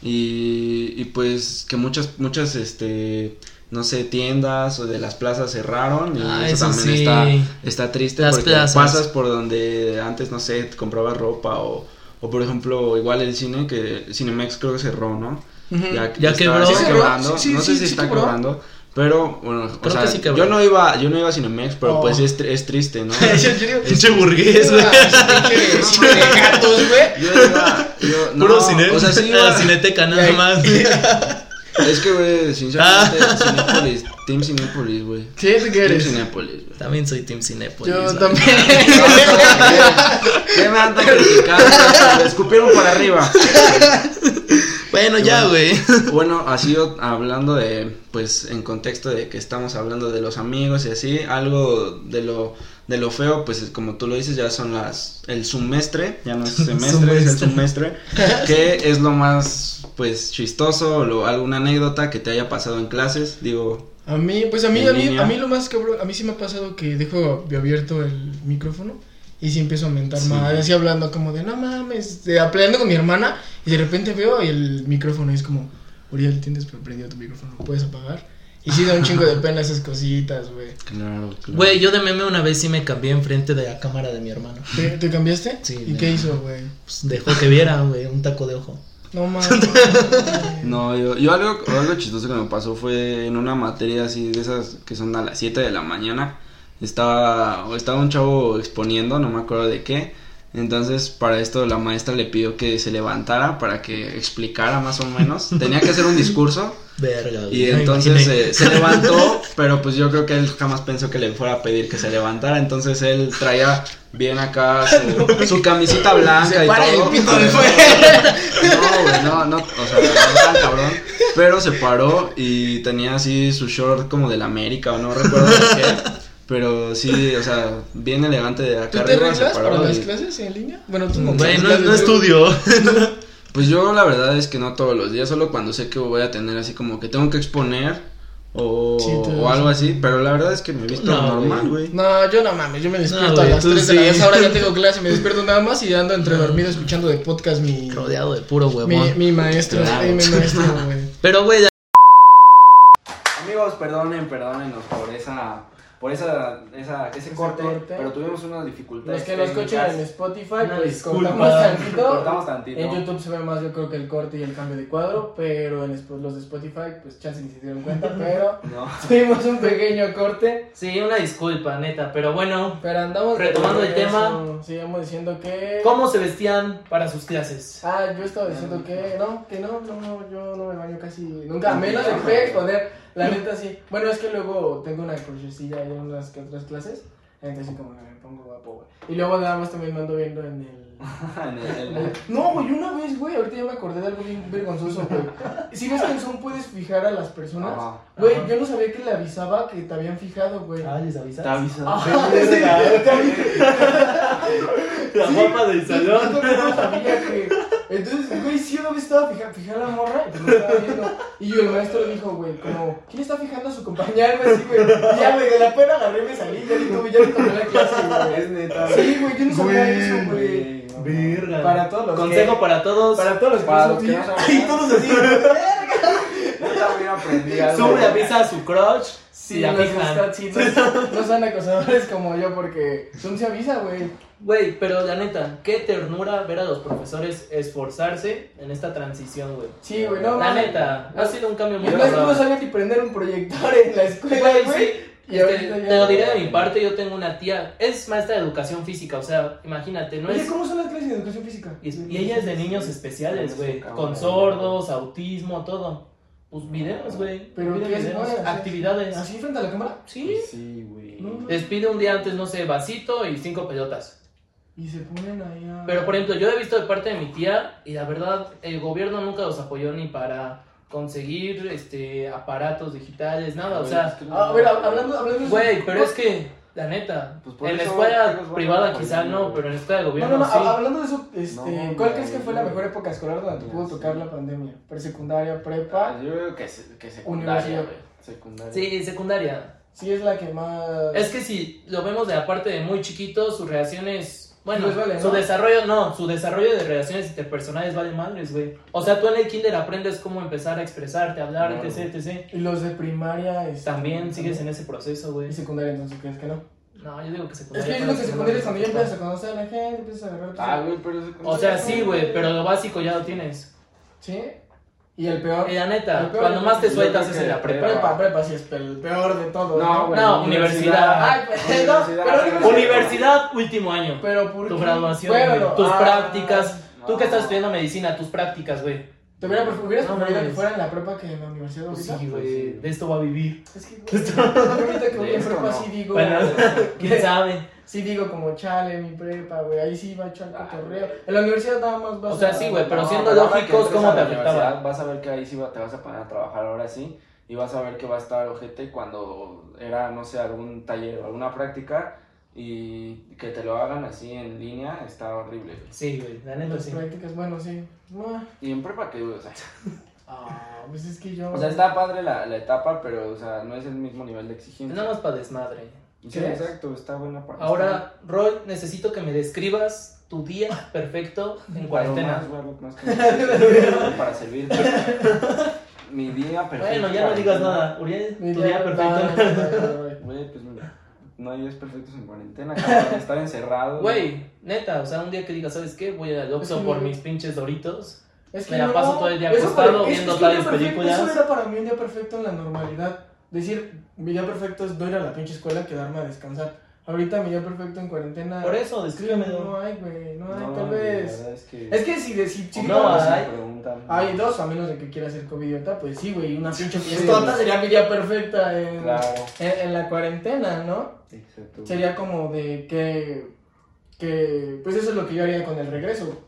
S3: Y, y pues que muchas, muchas, este, no sé, tiendas o de las plazas cerraron. Y
S1: Ah,
S3: eso,
S1: eso
S3: también
S1: sí.
S3: está, está triste
S1: Las
S3: porque
S1: plazas.
S3: pasas por donde antes, no sé, te comprabas ropa o, o por ejemplo, igual el cine, que Cinemex creo que cerró, ¿no? Ya,
S1: Ya
S3: está-
S1: quebró.
S3: está
S1: ¿Sí
S2: cerró?
S3: quebrando,
S2: Sí, sí,
S3: no sé
S2: sí,
S3: si
S2: sí
S3: está
S2: quebró.
S3: quebrando. Pero, bueno, o
S1: Creo
S3: sea,
S1: que sí quebró.
S3: yo no iba, yo no iba a Cinemex, pero
S2: Oh.
S3: pues sí es, tr- es triste, ¿no?
S2: yo, yo digo,
S1: Pinche burgués, güey.
S2: "Ah, pinche cine de gatos, güey.
S3: Yo iba, yo, no,
S1: Puro cine.
S3: o sea, sí
S1: a
S3: iba,
S1: la cineteca, nada
S2: Ay.
S1: más.
S3: es que, güey, sinceramente, Cinépolis, Team Cinépolis, güey.
S2: Sí, tú qué
S3: Team
S2: eres.
S3: Cinépolis, güey.
S1: También soy Team Cinépolis.
S2: Yo
S1: la
S2: también.
S1: verdad.
S3: ¿Qué me andan criticando? Me escupieron para arriba.
S1: Bueno, ya, güey.
S3: Bueno, así o- hablando de, pues, en contexto de que estamos hablando de los amigos y así, algo de lo, de lo feo, pues, es como tú lo dices, ya son las, el semestre, ya no es semestre, es el semestre, que es lo más, pues, chistoso, lo, alguna anécdota que te haya pasado en clases, digo,
S2: A mí, pues a mí,
S3: En
S2: a mí,
S3: línea.
S2: a mí lo más cabrón, a mí sí me ha pasado que dejo abierto el micrófono y sí empiezo a mentar
S3: Sí.
S2: madre, así hablando como de no mames, de, hablando con mi hermana y de repente veo y el micrófono y es como, Uriel, tienes prendido tu micrófono, ¿lo puedes apagar? Y sí da un chingo de pena esas cositas, güey.
S3: claro, claro.
S1: Güey, yo de meme una vez sí me cambié enfrente de la cámara de mi hermano.
S2: ¿Te, te cambiaste?
S1: Sí,
S2: ¿Y
S1: de-
S2: qué hizo, güey?
S1: Pues dejó que viera, güey, un taco de ojo.
S2: No mames.
S3: No, yo, yo algo, algo chistoso que me pasó fue en una materia así de esas que son a las 7 de la mañana. Estaba, estaba un chavo exponiendo, no me acuerdo de qué. Entonces, para esto la maestra le pidió que se levantara para que explicara más o menos. Tenía que hacer un discurso
S1: Verga, güey.
S3: y
S1: ya me
S3: entonces
S1: imaginé.
S3: eh, se levantó, pero pues yo creo que él jamás pensó que le fuera a pedir que se levantara. Entonces él traía bien acá su, su camisita blanca
S2: Se
S3: y
S2: para el
S3: todo.
S2: pito de
S3: No, güey, no, no, o sea, no tan cabrón. Pero se paró y tenía así su short como del América o no recuerdo de qué. Pero sí, o sea, bien elegante de
S2: ¿Tú
S3: acá
S2: te
S3: arriba se
S2: arreglas para
S3: paró.
S2: las
S3: y-
S2: clases en línea? Bueno, tú no.
S1: Güey, no,
S2: Las
S1: no
S2: clases, güey.
S1: estudio.
S3: Pues yo la verdad es que no todos los días, solo cuando sé que voy a tener así como que tengo que exponer o,
S2: Sí, te-
S3: o algo así. Pero la verdad es que me he visto
S1: No,
S3: normal,
S1: güey.
S3: güey.
S2: No, yo no mames, yo me despierto
S1: güey,
S2: a las
S1: tú
S2: 3 de la
S1: sí.
S2: mañana, ahora ya tengo clase, me despierto nada más y ando entre dormido escuchando de podcast mi,
S1: Rodeado de puro
S2: mi,
S1: huevón.
S2: mi maestro,
S3: Claro.
S2: eh, mi maestro, güey.
S1: Pero, güey,
S3: Amigos, perdonen, perdónenos por esa por esa, esa, ese,
S2: Ese
S3: corte,
S2: corte.
S3: pero tuvimos unas dificultades.
S2: Los que nos escuchan en Spotify,
S1: Una
S2: pues
S1: disculpa.
S2: cortamos tantito.
S3: Cortamos tantito.
S2: En YouTube se ve más, yo creo que el corte y el cambio de cuadro, pero en Sp- los de Spotify, pues chance ni se dieron cuenta, pero
S3: No.
S2: tuvimos un pequeño corte.
S1: Sí, una disculpa, neta, pero bueno.
S2: Pero andamos de
S1: Retomando el
S2: regreso. Sigamos diciendo que.
S1: ¿Cómo se vestían para sus clases?
S2: Ah, yo estaba diciendo que no, que no, no, no, yo no me baño casi nunca, a menos de que voy a exponer, la neta sí. Bueno, es que luego tengo una crochecilla ahí en unas que otras clases, entonces sí como que me pongo guapo, güey. Y luego nada más también me ando viendo en el...
S3: En el- en el-
S2: No, güey, una vez, güey, ahorita ya me acordé de algo bien vergonzoso, güey. Si ves que en Zoom puedes fijar a las personas,
S3: Ajá.
S2: güey, yo no sabía que le avisaba que te habían fijado, güey.
S1: ¿les avisas?
S3: Te aviso.
S2: Ah, sí, te avisaba.
S1: Este La guapa del
S2: Yo
S1: salón.
S2: tampoco sabía que- Entonces, güey, sí, una vez estaba fija, fijé a la morra y pues me estaba viendo. Y yo, el maestro dijo, güey, como, ¿quién está fijando a su compañero? Algo así, güey. Y ya, güey, de la pena agarré y me salí. Ya, ni tuve- ya me tomé la clase, güey.
S3: Es neta.
S2: Sí, güey, yo no sabía
S4: Güey,
S2: eso, güey.
S3: Güey, no, no.
S1: Verga.
S2: Para todos los
S1: Consejo para
S2: que,
S1: todos.
S2: para todos los que
S3: Para
S2: no
S3: los
S2: son
S3: que no
S2: tíos.
S3: saben.
S2: Y todos así.
S3: Yo también aprendí algo.
S1: Sube avisa a su crush.
S2: Sí,
S1: y
S2: nos
S1: avisan.
S2: gusta, sí, no, no son acosadores como yo porque Zoom se avisa, güey.
S1: Güey, pero la neta, qué ternura ver a los profesores esforzarse en esta transición, güey.
S2: Sí, güey, no.
S1: La
S2: mames.
S1: neta, ha sido un cambio muy
S2: Yo no
S1: cabrón.
S2: sabía ni prender un proyector en la escuela,
S1: Güey,
S2: güey.
S1: sí.
S2: Y
S1: Este,
S2: ahorita ya-
S1: te lo diré de mi parte, yo tengo una tía, es maestra de educación física, o sea, imagínate, no
S2: Oye,
S1: es...
S2: ¿cómo son las clases de educación física?
S1: Y, y ella es de niños especiales, güey,
S3: Cabrón.
S1: con sordos, autismo, todo. Pues videos, güey.
S2: Pero
S1: piden
S2: ¿qué es,
S1: videos,
S2: güey? O sea,
S1: actividades.
S2: ¿Así frente a la cámara?
S1: Sí.
S3: Sí, güey.
S2: No, no.
S1: Les pide un día antes, no sé, vasito y cinco pelotas.
S2: Y se ponen ahí a...
S1: Pero por ejemplo, yo he visto de parte de mi tía y la verdad el gobierno nunca los apoyó ni para conseguir este aparatos digitales, nada, o sea,
S2: Ah, a ver, hab- hablando, hablando de-
S1: güey, pero es que la neta,
S3: Pues por
S1: en la
S3: eso
S1: escuela
S3: ellos van
S1: privada
S3: apoyando,
S1: quizá no,
S3: güey.
S1: pero en la escuela de
S2: No,
S1: gobierno
S2: no, no,
S1: sí.
S2: hab- hablando de eso, este,
S3: No,
S2: ¿cuál
S3: güey.
S2: crees que fue la mejor época escolar donde te
S3: Ya
S2: pudo
S3: sé. Ah,
S2: tocar la pandemia? Presecundaria, prepa,
S3: Yo creo que, se- que secundaria,
S2: Universidad.
S3: güey. Secundaria.
S1: Sí, secundaria.
S2: sí es la que más...
S1: Es que si lo vemos de la parte de muy chiquito, sus relaciones, bueno,
S2: Pues vale,
S1: su
S2: ¿no?
S1: desarrollo no, su desarrollo de relaciones interpersonales vale madres, güey. O sea, tú en el kinder aprendes cómo empezar a expresarte, hablar,
S3: Claro.
S1: etc, etc.
S2: Y los de primaria... este,
S1: También sigues en ese proceso, güey.
S2: Y secundaria, entonces, ¿crees que no?
S1: No, yo digo que
S2: Es
S1: secundaria.
S2: que yo
S1: pero
S2: creo que secundaria es cuando ya empiezas a conocer a la gente, empiezas a agarrar... tus-
S3: Ah, güey, pero secundaria.
S1: O sea, sí, güey, pero lo básico ya lo tienes.
S2: ¿Sí? Y el peor...
S1: Y la neta,
S2: Yo creo
S1: cuando
S2: que-
S1: más te
S3: yo
S1: sueltas
S3: creo
S1: es
S3: que
S1: en la
S3: la
S1: prepa.
S3: prepa.
S2: Prepa, prepa, sí es el peor de todos,
S3: No, güey.
S1: No, universidad.
S2: Ay, pues, no,
S3: Universidad,
S2: pero-
S1: Universidad, último año.
S2: Pero por
S1: Tu
S2: qué?
S1: graduación,
S2: Bueno,
S1: güey, tus
S2: ah,
S1: prácticas.
S3: no.
S1: Tú que estás estudiando medicina, tus prácticas, güey.
S2: ¿Te hubiera pref- hubieras
S1: No
S2: preferido que
S1: mames.
S2: fuera en la prepa que en la universidad
S1: Pues
S2: ahorita?
S1: sí,
S3: Sí.
S1: güey. De esto va a vivir.
S2: Es que güey, ahorita que voy en
S3: Esto
S2: prepa
S3: no.
S2: sí digo.
S1: Bueno, quién sabe.
S2: Sí digo como chale mi prepa, güey. Ahí sí va a echar
S3: Ah,
S2: cotorreo. En la universidad nada más vas
S1: O sea,
S2: a-
S1: sí, güey, pero
S3: No,
S1: siendo
S3: pero ahora que
S1: lógicos,
S3: entres
S1: ¿cómo
S3: a
S1: te
S3: la
S1: afectaba?
S3: universidad, Vas a ver que ahí sí va- te vas a poner a trabajar ahora sí. Y vas a ver que va a estar ojete cuando era, no sé, algún taller o alguna práctica. Y que te lo hagan así en línea está horrible. güey.
S1: Sí, güey, la neta
S2: Las
S1: sí.
S2: prácticas, bueno, sí. Mua.
S3: Y en prepa que, o sea,
S2: Ah, pues es que yo.
S3: o sea, está padre la, la etapa, pero, o sea, no es el mismo nivel de
S1: Es
S3: exigencia.
S1: Nada más para desmadre.
S3: Sí,
S2: ¿Crees?
S3: exacto, está buena para
S1: Ahora, Roy, necesito que me describas tu día perfecto en cuarentena.
S3: Más, güey, más que nada. para servir. Mi día perfecto.
S1: Bueno, ya no digas nada. Uriel,
S2: Mi
S1: tu día perfecto.
S2: perfecto.
S3: Güey, pues mira, no hay días perfectos en cuarentena, cabrón, estar encerrado.
S1: Güey, neta, o sea, un día que digas, ¿sabes qué? Voy al
S2: Es
S1: Oxxo
S2: que
S1: por
S2: no-
S1: mis pinches doritos.
S2: Es
S1: Me la paso todo el día
S2: eso
S1: acostado,
S2: para- es-
S1: viendo
S2: es que un día
S1: tales
S2: perfecto,
S1: películas.
S2: Eso era para mí un día perfecto en la normalidad. Decir, mi día perfecto es no ir a la pinche escuela, quedarme a descansar. Ahorita mi día perfecto en cuarentena.
S1: Por eso,
S2: No
S1: descríbemelo.
S2: hay, güey, no hay,
S3: No,
S2: tal
S3: la
S2: vez.
S3: verdad Es que.
S2: Es que si, de- si, si
S3: O
S1: no,
S2: digamos,
S1: ah,
S3: me
S1: hay-
S3: preguntan.
S2: hay dos, a menos de que quiera ser covidiota, pues sí, güey, una pinche
S3: Sí,
S2: fiestota
S3: güey.
S2: sería mi día perfecta en,
S3: Claro,
S2: en, en la cuarentena, ¿no?
S3: exacto.
S2: Sería como de que, que, pues eso es lo que yo haría con el regreso.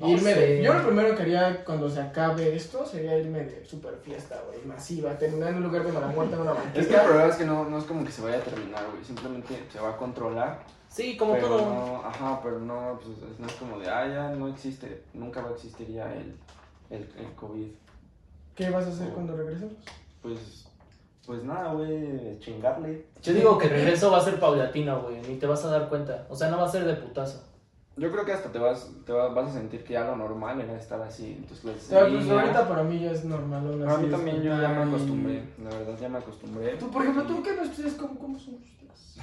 S1: No
S2: irme de,
S1: sé.
S2: yo lo primero que haría cuando se acabe esto sería irme de super fiesta, güey, masiva, terminar en un lugar de mala muerte, en una
S3: Es que el
S2: banqueta.
S3: problema es que no, no es como que se vaya a terminar, güey. Simplemente se va a controlar.
S1: Sí, como
S3: pero
S1: todo.
S3: no, ajá, pero no, pues es- no es como de, ah, ya no existe. Nunca va a existir ya el, el, el COVID.
S2: ¿Qué vas a hacer cuando regresemos?
S3: Pues, pues nada, güey, chingarle.
S1: Yo digo que el regreso va a ser paulatino, güey, ni te vas a dar cuenta. O sea, no va a ser de putazo.
S3: Yo creo que hasta te vas, te va- vas a sentir que ya lo normal era estar así en tus clases.
S2: Pero
S3: en
S2: pues
S3: línea.
S2: ahorita para mí ya es normal. aún
S3: A
S2: así
S3: mí
S2: es
S3: también yo ya me
S2: normal.
S3: acostumbré, la verdad ya me acostumbré.
S2: Tú, por ejemplo, tú que no estudias, ¿cómo, cómo son tus días?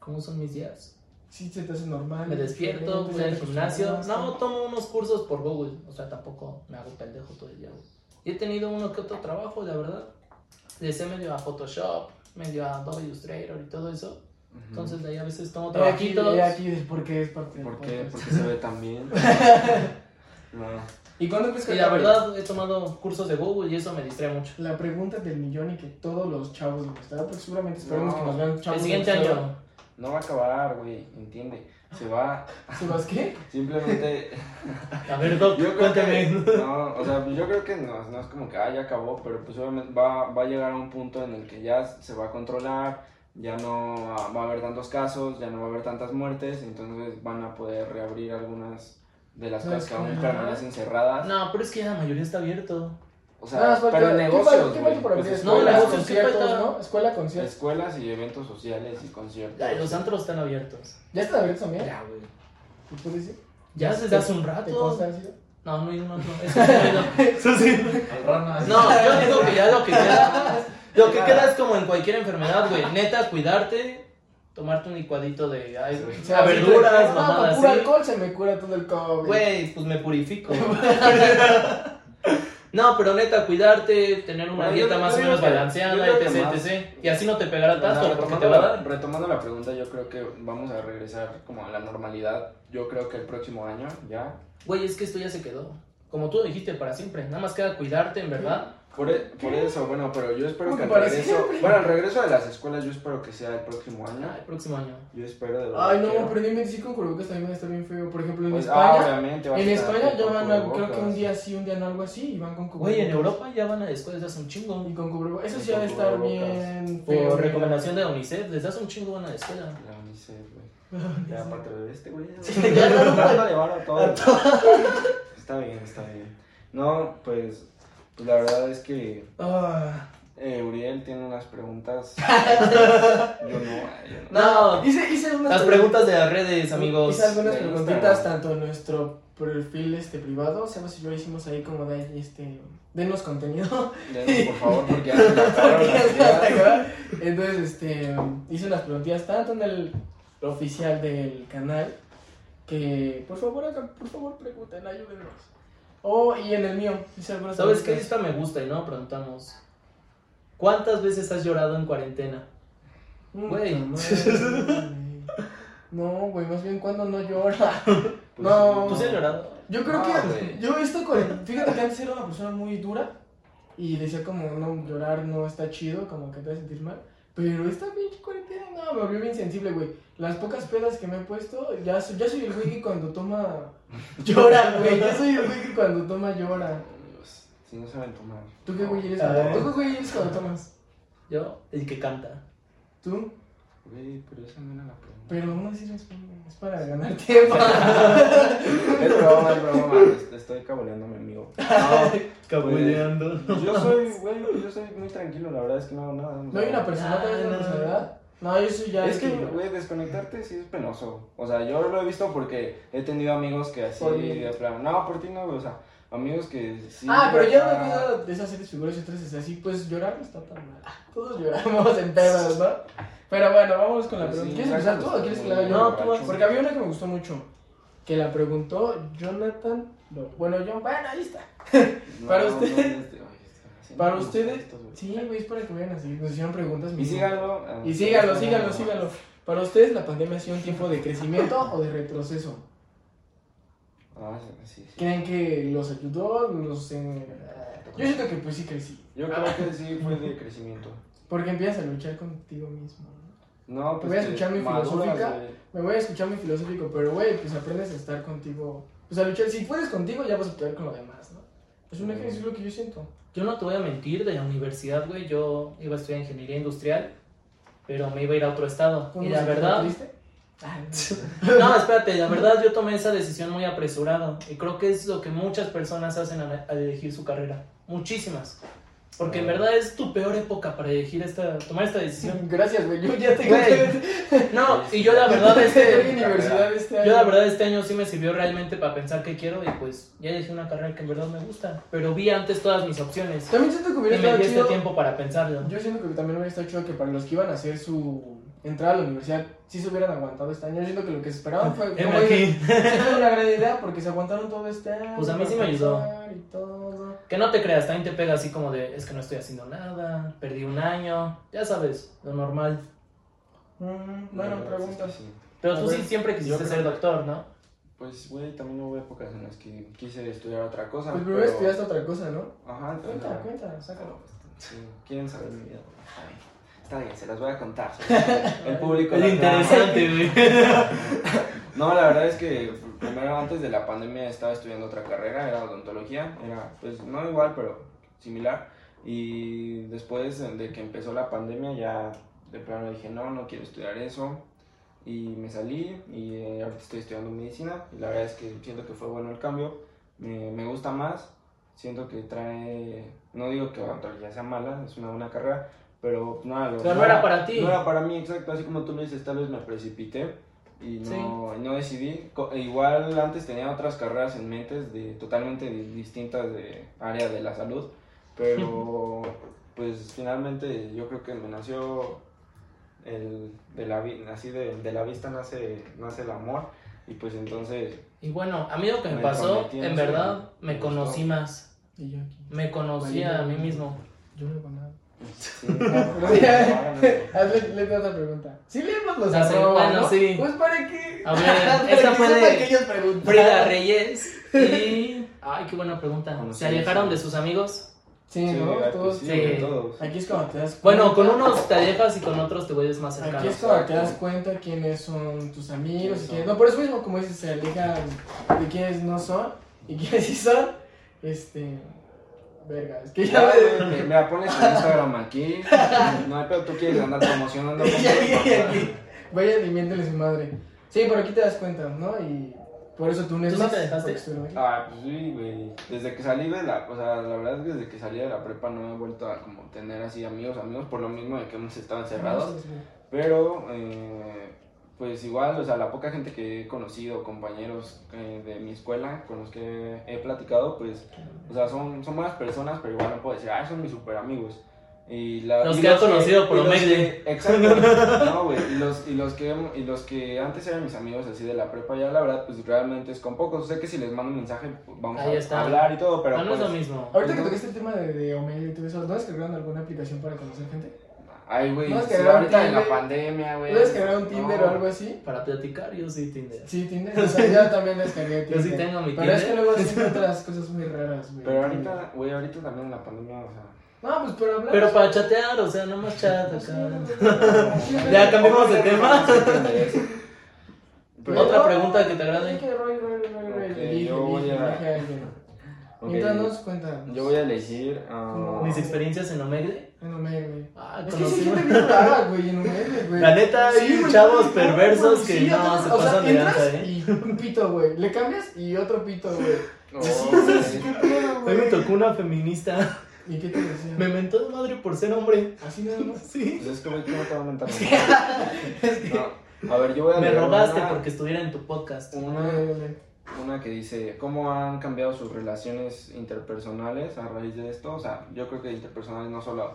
S1: ¿Cómo son mis días?
S2: Sí, se te hace normal.
S1: Me despierto, voy
S2: pues,
S1: al gimnasio. No, tomo unos cursos por Google. O sea, tampoco me hago pendejo todo el día. güey. Y he tenido uno que otro trabajo, la verdad. Le sé medio a Photoshop, medio a Adobe Illustrator y todo eso.
S3: Ujú.
S1: Entonces, de ahí a veces tomo
S2: He aquí,
S1: trabajitos.
S2: he aquí el por qué es parte del
S3: ¿Por qué?
S2: podcast.
S3: ¿Por qué se ve tan bien? No.
S2: ¿Y cuándo crees que
S1: Y la
S2: acabes?
S1: verdad, he tomado cursos de Google y eso me distrae mucho.
S2: La pregunta del millón y que todos los chavos de nuestra edad, porque seguramente esperemos
S3: No.
S2: que nos vean chavos.
S1: El siguiente
S2: de nuestra
S1: año.
S3: No va a acabar, güey, entiende. Se va.
S2: edad. ¿Se vas qué?
S3: Simplemente.
S1: A ver, Doc,
S3: Yo creo que.
S1: cuéntame.
S3: No, o sea, pues yo creo que no, no es como que ah, ya acabó, pero pues obviamente va, va a llegar a un punto en el que ya se va a controlar, ya no va a haber tantos casos, ya no va a haber tantas muertes, entonces van a poder reabrir algunas de las
S2: No,
S3: cosas que aún
S2: ajá.
S3: permanecen cerradas.
S1: No, pero es que ya la mayoría está abierto.
S3: O
S2: Nada
S3: sea,
S2: más falta-
S3: pero
S2: ¿qué falta-
S3: negocios,
S2: ¿Qué
S3: güey,
S2: falta por
S3: pues,
S2: abrir?
S1: no,
S2: Escuelas,
S1: negocios, ¿qué
S2: conciertos,
S1: falta?
S2: ¿no? Escuela, conciertos.
S3: escuelas y eventos sociales y conciertos.
S1: Ay, Los antros están abiertos.
S2: ¿Ya están abiertos también?
S1: Ya, güey.
S2: ¿Y tú dices?
S1: Ya desde hace un
S2: ¿Te
S1: rato.
S2: consta así?
S1: No, no, no, no. Eso sí, no. Eso sí. No, yo digo que ya lo que queda. Lo que queda es como en cualquier enfermedad, güey. Neta, cuidarte, tomarte un licuadito de ay,
S2: O
S1: a
S2: sea, así
S1: verduras,
S2: te- No, con
S1: mamadas
S2: puro
S1: así.
S2: alcohol se me cura todo el COVID.
S1: Güey, pues me purifico. No, pero neta, cuidarte, tener una
S3: Bueno, yo-
S1: dieta
S3: yo
S1: más o
S3: digo
S1: menos
S3: que- yo
S1: balanceada,
S3: digo que
S1: etc,
S3: más.
S1: etc. Y así no te pegará
S3: Bueno,
S1: tanto porque te
S3: retomando,
S1: va a
S3: la,
S1: dar.
S3: retomando la pregunta, yo creo que vamos a regresar como a la normalidad. Yo creo que el próximo año ya.
S1: Güey, es que esto ya se quedó. Como tú dijiste, para siempre. Nada más queda cuidarte, en verdad.
S3: Por, e- por eso, bueno, pero yo espero
S2: Como
S3: que
S2: que
S3: el
S2: para
S3: regreso.
S2: siempre.
S3: Bueno, el regreso de las escuelas, yo espero que sea el próximo año.
S1: Ah, El próximo año.
S3: Yo espero de verdad
S2: Ay,
S3: que-
S2: no, pero dime si con cubrebocas también va a estar bien feo. Por ejemplo, en
S3: Pues, ah,
S2: España.
S3: obviamente va a
S2: En
S3: estar
S2: España ya
S3: con
S2: van a, creo que
S3: cubrebocas.
S2: un día sí, un día no, algo así, y van con cubrebocas.
S1: Güey, en Europa ya van a escuelas desde hace un chingo.
S2: Y con cubrebocas. Eso
S3: Y
S2: sí va a
S3: con
S2: estar
S3: cubrebocas.
S2: bien feo.
S1: Por recomendación de UNICEF, desde hace un chingo van a la escuela.
S3: La UNICEF, güey. Ya, aparte de este, güey.
S1: Sí,
S3: Ya
S1: ya
S3: está
S1: está
S3: un poco de barro todo. Está bien, está bien. No, pues, pues la verdad es que
S2: Ah.
S3: eh, Uriel tiene unas preguntas. yo no, eh, ay, yo no.
S1: No,
S2: Hice, hice unas
S1: las preguntas de las redes, amigos.
S2: Hice algunas
S3: de
S2: preguntitas
S3: Instagram.
S2: tanto en nuestro perfil este privado, Sebas y yo hicimos ahí como de este denos contenido.
S3: Denos, por favor, porque ya se me acabaron las ideas. Pues,
S2: Entonces, este hice unas preguntitas tanto en el oficial del canal que por favor, hagan- por favor, pregunten, ayúdenos. Oh, y en el mío, hice algunas
S1: ¿Sabes qué?
S2: preguntas.
S1: Esta me gusta y no preguntamos. ¿Cuántas veces has llorado en cuarentena?
S2: Mm,
S1: Güey.
S2: madre. No, güey, más bien cuando no llora.
S3: Pues,
S2: No.
S1: ¿Tú sí has llorado?
S2: Yo creo
S3: No,
S2: que
S3: güey.
S2: yo esto con fíjate que antes era una persona muy dura y decía como no llorar no está chido, como que te vas a sentir mal. Pero esta pinche cuarentena no, me volvió bien sensible, güey. Las pocas pedas que me he puesto, ya soy, ya soy el güey que cuando toma llora, güey. Yo soy el güey que cuando toma llora.
S3: Dios, Pues, Si no saben tomar.
S2: ¿Tú qué güey eres?
S1: A
S2: cuando-
S1: ver.
S2: ¿Tú qué güey eres cuando tomas?
S1: Yo, el que canta.
S2: ¿Tú?
S3: Güey, pero esa no era la pregunta.
S2: Pero no sirve es es para ganar tiempo.
S3: Es broma, es broma. es- Estoy caboleando a mi amigo. No, Cabuleando. yo soy, güey, yo soy muy tranquilo. La verdad es que no hago nada.
S2: ¿No hay una persona,
S1: Ah,
S2: hay una
S1: no.
S2: personalidad? No, yo soy ya
S3: Es
S2: el
S3: que, güey, desconectarte sí es penoso. O sea, yo lo he visto porque he tenido amigos que así,
S2: Por mí.
S3: de plan, no, por ti no, güey, o sea, amigos que sí.
S2: ah, pero yo no he
S3: acá-
S2: cuidado de esas series figuras entonces así, pues llorar no está tan mal. Todos lloramos en pedos, ¿no? Pero bueno, vámonos con la
S3: Pues sí,
S2: pregunta. ¿Quieres empezar tú o quieres que la haga yo?
S1: No, tú vas.
S2: Porque había una que me gustó mucho, que la preguntó Jonathan. Lo- Bueno, John, bueno, ahí está.
S3: No,
S2: para
S3: no,
S2: ustedes-
S3: no, este- ay, este-
S2: Para
S3: no,
S2: ustedes,
S3: estos, güey.
S2: sí, güey, es para que vayan a seguir. Nos hicieron preguntas.
S3: Y
S2: mismo.
S3: síganlo. ah,
S2: Y síganlo,
S3: no,
S2: síganlo,
S3: no.
S2: síganlo. Para ustedes, ¿la pandemia ha sido un tiempo de crecimiento o de retroceso?
S3: Ah, sí, sí.
S2: ¿Creen que los ayudó? Los, eh, Yo siento que pues sí crecí.
S3: Yo creo que sí fue de crecimiento.
S2: Porque empiezas a luchar contigo mismo, ¿no?
S3: No, pues.
S2: Te voy a
S3: que
S2: escuchar mi
S3: maduras,
S2: filosófica.
S3: güey.
S2: Me voy a escuchar muy filosófico, pero güey, pues aprendes a estar contigo. Pues a luchar, si puedes contigo, ya vas a poder con lo demás, ¿no? Es un ejercicio lo que yo siento.
S1: Yo no te voy a mentir, de la universidad, güey, yo iba a estudiar ingeniería industrial, pero me iba a ir a otro estado.
S2: ¿Cómo
S1: Y
S2: se
S1: la
S2: siente?
S1: verdad,
S2: ¿Triste? Ay, no.
S1: No, espérate, la verdad yo tomé esa decisión muy apresurado y creo que es lo que muchas personas hacen al, al elegir su carrera. Muchísimas. Porque
S2: Ah.
S1: en verdad es tu peor época para elegir esta, tomar esta decisión.
S2: Gracias, güey. Yo ya tengo.
S1: Güey. No, y yo la verdad
S2: Estoy en
S1: este,
S2: universidad este año.
S1: yo la verdad este año sí me sirvió realmente para pensar qué quiero y pues ya elegí una carrera que en verdad me gusta. Pero vi antes todas mis opciones
S2: También siento que
S1: y me
S2: hubiera
S1: di
S2: estado
S1: este
S2: chido.
S1: tiempo para pensarlo.
S2: Yo siento que también hubiera estado chido que para los que iban a hacer su entrada a la universidad, sí se hubieran aguantado este año. Yo siento que lo que se esperaban fue.
S1: Heme
S2: como, oye,
S1: aquí.
S2: sí fue una gran idea porque se aguantaron todo este año.
S1: Pues a mí sí me
S2: para
S1: ayudó.
S2: pensar Y todo.
S1: Que no te creas, también te pega así como de es que no estoy haciendo nada, perdí un año, ya sabes, lo normal.
S2: Mm,
S3: La
S2: bueno,
S3: verdad es que
S2: preguntas.
S3: sí.
S1: Pero
S2: A
S1: tú
S2: ver,
S1: sí siempre quisiste
S3: creo
S1: ser
S3: que-
S1: doctor, ¿no?
S3: Pues, güey, también hubo épocas en las que quise estudiar otra cosa.
S2: Pues primero estudiaste otra cosa, ¿no?
S3: Ajá, o
S2: Cuenta,
S3: sea,
S2: cuenta, sácalo. pues,
S3: Sí, quieren saber mi vida. Está bien, Está bien, se las voy a contar. señores. El público.
S1: Es
S3: las
S1: interesante, güey.
S3: ama. No, la verdad es que primero antes de la pandemia estaba estudiando otra carrera, era odontología, era pues no igual, pero similar. Y después de que empezó la pandemia ya de plano dije, no, no quiero estudiar eso. Y me salí y eh, ahorita estoy estudiando medicina y la verdad es que siento que fue bueno el cambio. Me, me gusta más, siento que trae, no digo que odontología sea mala, es una buena carrera, pero no era, lo-
S1: Pero no era para ti.
S3: No era para mí, exacto, así como tú lo dices, tal vez me precipité y no, y no decidí. Co- e Igual antes tenía otras carreras en mentes de, totalmente di- distintas de área de la salud, pero pues finalmente yo creo que me nació el de la vi- así de, de la vista nace nace el amor y pues entonces
S1: Y bueno, a mí lo que me
S3: Me
S1: pasó,
S3: prometí,
S1: en
S3: sí,
S1: verdad,
S3: me
S1: me
S3: gustó.
S1: conocí más.
S2: Y yo aquí.
S1: Me conocí a mí mismo.
S2: Yo no hago nada.
S3: pues, sí,
S2: Hazle le doy otra pregunta. Sí leemos los
S1: Ah, sí,
S2: arroba,
S1: bueno,
S2: ¿no?
S1: sí.
S2: Pues para qué.
S1: A ver,
S2: Para
S1: esa
S2: que
S1: fue
S2: sepan
S1: de-
S2: que ellos preguntan.
S1: Frida Reyes y... Ay, qué buena pregunta.
S3: Conocí
S1: ¿Se alejaron
S3: a-
S1: de sus amigos?
S2: Sí,
S3: Sí,
S2: ¿no?
S3: ah,
S2: Todos.
S3: pues sí,
S1: Sí.
S3: de todos.
S2: Aquí es cuando te das cuenta.
S1: Bueno, con unos te alejas y con otros te vuelves más
S2: Aquí es
S1: cercanos.
S2: cuando te das cuenta quiénes son tus amigos
S3: ¿Quiénes
S2: y quiénes.
S3: son?
S2: No, por eso mismo, como dices, se alejan de quiénes no son y quiénes sí son. Este. Verga, es que ya
S1: Ah,
S2: me.
S3: me, me la pones en Instagram aquí no hay pedo, tú quieres andar promocionando
S2: Ya, ya, ya, ya. Vayan y miéntele su madre. Sí, por aquí te das cuenta, ¿no? Y por eso tú no
S1: ¿Tú
S2: es
S1: sí
S2: más.
S1: te dejaste?
S2: porque estuvieron aquí.
S3: Ah, pues sí, güey. Desde que salí de la, o sea, la verdad es que desde que salí de la prepa no he vuelto a como tener así amigos, amigos, por lo mismo de que hemos estado encerrados. Pero, eh, pues igual, o sea, la poca gente que he conocido, compañeros eh, de mi escuela con los que he platicado, pues, o sea, son, son buenas personas, pero igual no puedo decir, ah, son mis super amigos. Y la-
S1: Los
S3: y
S1: que ha conocido por
S3: y los
S1: Omegle.
S3: que- Exacto. No, güey. Y los, y, los que, y los que antes eran mis amigos así de la prepa, ya la verdad, pues realmente es con pocos. Sé que si les mando un mensaje, pues, vamos
S1: Ahí
S3: a
S1: está.
S3: hablar y todo, pero.
S1: No, no es
S3: pues,
S1: lo mismo.
S2: Ahorita que
S3: Entonces-
S2: tocaste el tema de, de Omegle y todo eso, ¿no descargaron alguna aplicación para conocer gente?
S3: Ay, güey.
S2: No es que
S3: sí,
S2: era un
S3: ahorita en la
S2: Tinder.
S3: pandemia,
S1: Pues,
S3: güey.
S2: ¿No descargaron Tinder
S3: No.
S2: o algo así?
S1: Para platicar, yo sí Tinder.
S2: Sí, Tinder. O sea, yo también descargué Tinder.
S1: Yo sí tengo mi
S2: Pero es que
S1: Tinder.
S2: luego hacen otras cosas muy raras, güey.
S3: Pero ahorita, güey, ahorita también en la pandemia, o sea.
S2: No, pues pero hablar.
S1: Pero para chatear, o sea, no más chat acá. Ya
S2: Ya
S1: cambiamos de tema.
S3: Pero-
S1: Otra pregunta que te agrade.
S3: yo voy a- Ok,
S2: Mientras nos cuenta.
S3: Yo voy a elegir. ah,
S2: Como-
S1: Mis experiencias en Omegle.
S2: En Omegle.
S1: Ah,
S2: Es que sí, hay
S1: conocí.
S2: gente bien rara, güey, en Omegle, güey.
S1: La neta, hay
S2: güey,
S1: chavos
S2: no,
S1: perversos
S2: güey,
S1: que
S2: sí,
S1: no,
S2: otros-
S1: se
S2: o sea,
S1: pasan de
S2: entras
S1: lanza, ¿eh?
S2: Y un pito, güey. Le cambias y otro pito, güey.
S3: no,
S2: Sí,
S3: güey.
S2: sí, qué pedo,
S1: Hoy me
S2: güey.
S1: tocó una feminista.
S2: ¿Y qué te decía?
S1: Me mentó de madre por ser hombre.
S2: Así nada más.
S1: Sí.
S3: Pues es que, güey, ¿cómo te va a mentar? No. A ver, yo voy a
S1: Me
S3: leer
S1: rogaste
S3: una-
S1: porque estuviera en tu podcast.
S3: Una, una que dice, ¿cómo han cambiado sus relaciones interpersonales a raíz de esto? O sea, yo creo que interpersonales no solo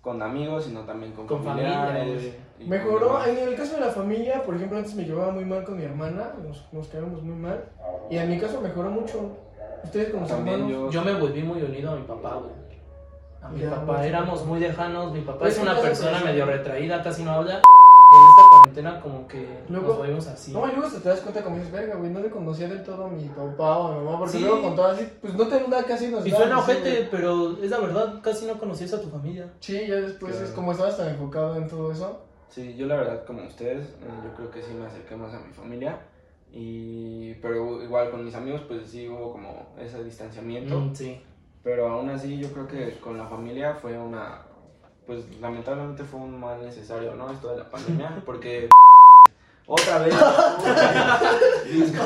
S3: con amigos, sino también con,
S1: Con familia,
S3: familiares. y con
S2: Mejoró,
S3: demás.
S2: en el caso de la familia, por ejemplo, antes me llevaba muy mal con mi hermana, nos, nos quedábamos muy mal, y en mi caso mejoró mucho. Ustedes con los
S3: También
S2: hermanos.
S1: Yo
S3: yo...
S1: me volví muy unido a mi papá, güey. A mi
S2: Ya,
S1: papá,
S2: güey.
S1: éramos muy lejanos. Mi papá
S2: Pues
S1: es
S2: sí,
S1: una
S2: ya se
S1: persona
S2: conoce.
S1: medio retraída, casi no habla. En esta cuarentena, como que
S2: Luego-
S1: nos volvimos así.
S2: No, y luego se te das cuenta como dices, verga, güey, no le conocía del todo a mi papá o a mi mamá, porque
S1: Sí.
S2: luego con todo así, pues no tengo nada casi nos
S1: Y suena
S2: dábamos así,
S1: ojete,
S2: güey.
S1: pero es la verdad, casi no conocías a tu familia.
S2: Sí, ya después
S3: Claro.
S2: es como estabas tan enfocado en todo eso.
S3: Sí, yo la verdad, como ustedes, eh,
S2: Ah.
S3: yo creo que sí me acerqué más a mi familia. Y, pero igual con mis amigos, pues sí hubo como ese distanciamiento.
S1: Mm, sí.
S3: Pero aún así, yo creo que con la familia fue una. Pues lamentablemente fue un mal necesario, ¿no? Esto de la pandemia, porque. Otra vez.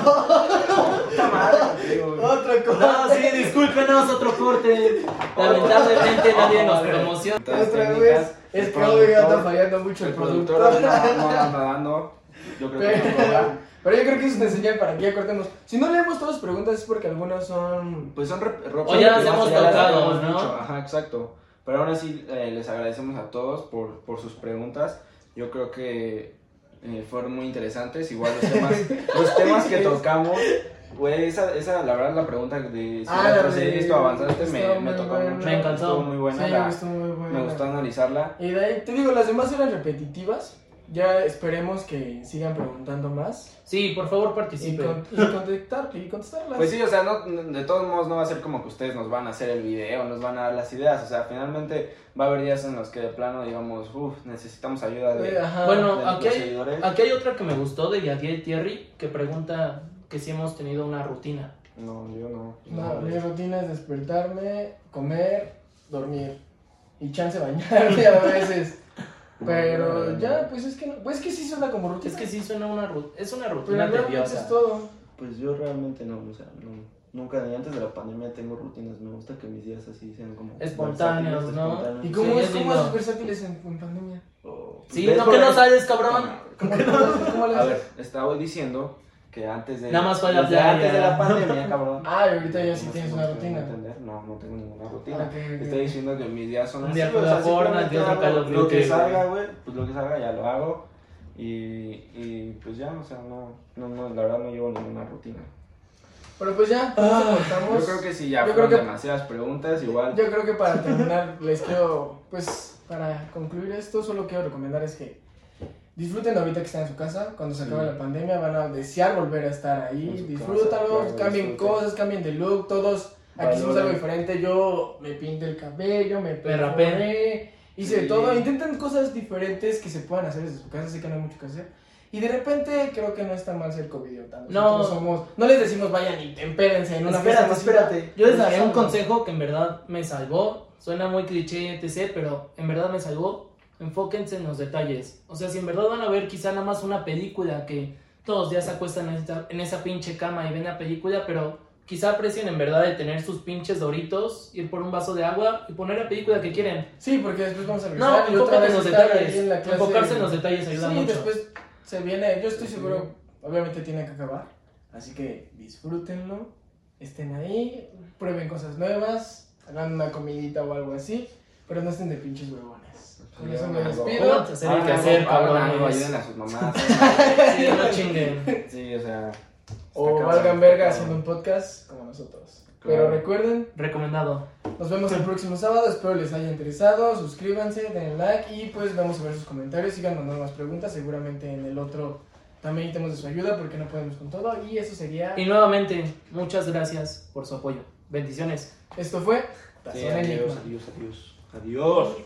S3: Puta madre contigo, güey.
S2: Otra cosa.
S1: No, sí, discúlpenos, otro corte. Lamentablemente nadie
S2: Oh,
S1: nos promociona.
S3: Otras
S2: Otra
S3: técnicas,
S2: vez. Es
S3: el
S2: que hoy anda
S3: productor-
S2: fallando mucho
S3: El
S2: el
S3: productor
S2: productor.
S3: anda- no la anda dando. Yo creo que no lo da.
S2: Pero yo creo que eso es una señal para que ya cortemos. Si no leemos todas las preguntas es porque algunas son.
S3: Pues son rep- rep-
S1: O ya las
S3: rep-
S1: hemos
S3: ya las
S1: tocado,
S3: habíamos
S1: ¿no?
S3: dicho, Ajá, exacto. Pero aún así eh, les agradecemos a todos por, por sus preguntas. Yo creo que eh, fueron muy interesantes. Igual los temas, los temas que tocamos. Güey, esa, esa, la verdad, la pregunta de si
S2: Ah,
S3: la
S2: la
S3: procediste
S2: de-
S3: o avanzaste me,
S2: estuvo
S3: me
S2: muy
S3: tocó
S2: buena.
S3: mucho.
S1: Me encantó.
S3: Estuvo muy buena.
S2: Sí,
S3: la-
S2: estuvo muy buena.
S3: me gustó analizarla.
S2: Y de ahí, te digo, las demás eran repetitivas. Ya esperemos que sigan preguntando más.
S1: Sí, por favor
S2: Y,
S1: participen.
S2: con- y contestar, y contestarlas.
S3: Pues sí, o sea, no- de todos modos no va a ser como que ustedes nos van a hacer el video, nos van a dar las ideas. O sea, finalmente va a haber días en los que de plano digamos, uff, necesitamos ayuda de,
S2: Eh, ajá.
S3: de
S1: Bueno,
S3: nuestros
S1: aquí hay,
S3: seguidores.
S1: aquí hay otra que me gustó de Yadier Thierry que pregunta que si hemos tenido una rutina.
S3: No, yo no.
S2: No, mi rutina es despertarme, comer, dormir. Y chance bañarme a veces. Pero ya, pues es que no, pues es que sí suena como rutina.
S1: Es que sí suena una rutina. Es una
S2: Pero
S1: rutina
S2: realmente
S1: tediosa.
S2: es todo.
S5: Pues yo realmente no, o sea, no, nunca ni antes de la pandemia tengo rutinas, me gusta que mis días así sean como
S1: Espontáneos,
S5: versátiles,
S1: ¿no?
S5: espontáneos.
S2: ¿Y
S1: con-
S2: cómo
S1: yo
S2: es cómo
S1: digo-
S2: haces versátiles en, en pandemia?
S5: O- pues,
S1: Sí,
S5: ¿ves
S1: no
S5: por
S1: que no
S5: ahí?
S1: sabes, cabrón.
S2: ¿Cómo, cómo, cómo le
S3: A
S2: haces?
S3: ver, estaba diciendo que antes de.
S1: Nada más fue la
S3: desde
S1: playa.
S3: Antes de la pandemia, cabrón.
S2: Ah, y ahorita ya
S3: No
S2: sí
S3: sé
S2: tienes
S3: cómo
S2: una
S3: ustedes van a
S2: rutina. Ah,
S3: entender, No, no tengo ninguna rutina.
S2: Ok, ok.
S3: Estoy diciendo que mis días son
S1: Un
S3: así.
S1: día
S3: güey, o sea,
S1: juego Fortnite, otro
S3: simplemente hago
S1: Call of
S3: Lo que
S1: Duty,
S3: salga, güey, pues lo que salga ya lo hago. Y, y pues ya, o sea, no, no, no, la verdad no llevo ninguna rutina.
S2: Pero pues ya, con eso cortamos.
S3: Yo creo que sí, ya
S2: yo
S3: fueron
S2: creo que-
S3: demasiadas preguntas, igual.
S2: Yo creo que para terminar, les quiero, pues, para concluir esto, solo quiero recomendar es que disfruten ahorita que están en su casa, cuando se acabe la pandemia van a desear volver a estar
S3: En
S2: ahí,
S3: su
S2: disfrútalo,
S3: casa, claro,
S2: cambien
S3: disfruten.
S2: cosas, cambien de look, todos aquí hicimos
S3: Valoren.
S2: algo diferente, yo me pinté el cabello, me
S1: rapé.
S2: perrapé, hice de
S3: Sí.
S2: todo, intenten cosas diferentes que se puedan hacer desde su casa, sé que no hay mucho que hacer. Y de repente creo que no está mal ser covidiota.
S1: No.
S2: No somos, no les decimos vayan y tempérense en una fiesta masiva.
S1: Yo les
S2: No
S1: daré un
S2: somos.
S1: consejo que en verdad me salvó. Suena muy cliché, etc., pero en verdad me salvó. Enfóquense en los detalles. O sea, si en verdad van a ver quizá nada más una película que todos los días se acuestan en esa, en esa pinche cama y ven la película, pero quizá aprecien en verdad de tener sus pinches doritos, ir por un vaso de agua y poner la película que quieren.
S2: Sí, porque después vamos a
S1: No,
S2: regresar. y otra
S1: enfócate
S2: vez
S1: en los
S2: estar
S1: detalles.
S2: ahí en la clase.
S1: Enfocarse en los detalles ayuda
S2: sí,
S1: mucho.
S2: después se viene, yo estoy seguro, obviamente tiene que acabar. Así que disfrútenlo, estén ahí, prueben cosas nuevas, hagan una comidita o algo así, pero no estén de pinches huevones.
S3: Pues,
S2: Con eso me despido.
S1: Pónganse a hacer el que
S3: Hagan
S1: hacer,
S3: algo, hagan Ah, algo,
S1: cabrones.
S3: Ayuden a sus mamás.
S1: Sí, no chinguen.
S3: sí, o sea. está
S2: O
S3: cabrón,
S2: valgan
S3: está
S2: verga
S3: cabrón.
S2: haciendo un podcast como nosotros. Pero
S3: Claro.
S2: recuerden,
S1: Recomendado.
S2: nos vemos el próximo sábado. Espero les haya interesado. Suscríbanse, den like y pues vamos a ver sus comentarios. Sigan mandando más preguntas. Seguramente en el otro también tenemos de su ayuda porque no podemos con todo. Y eso sería.
S1: Y nuevamente, muchas gracias por su apoyo. Bendiciones.
S2: Esto fue
S3: Sí,
S2: Tazón
S3: adiós,
S2: Enigma.
S3: adiós, adiós. Adiós.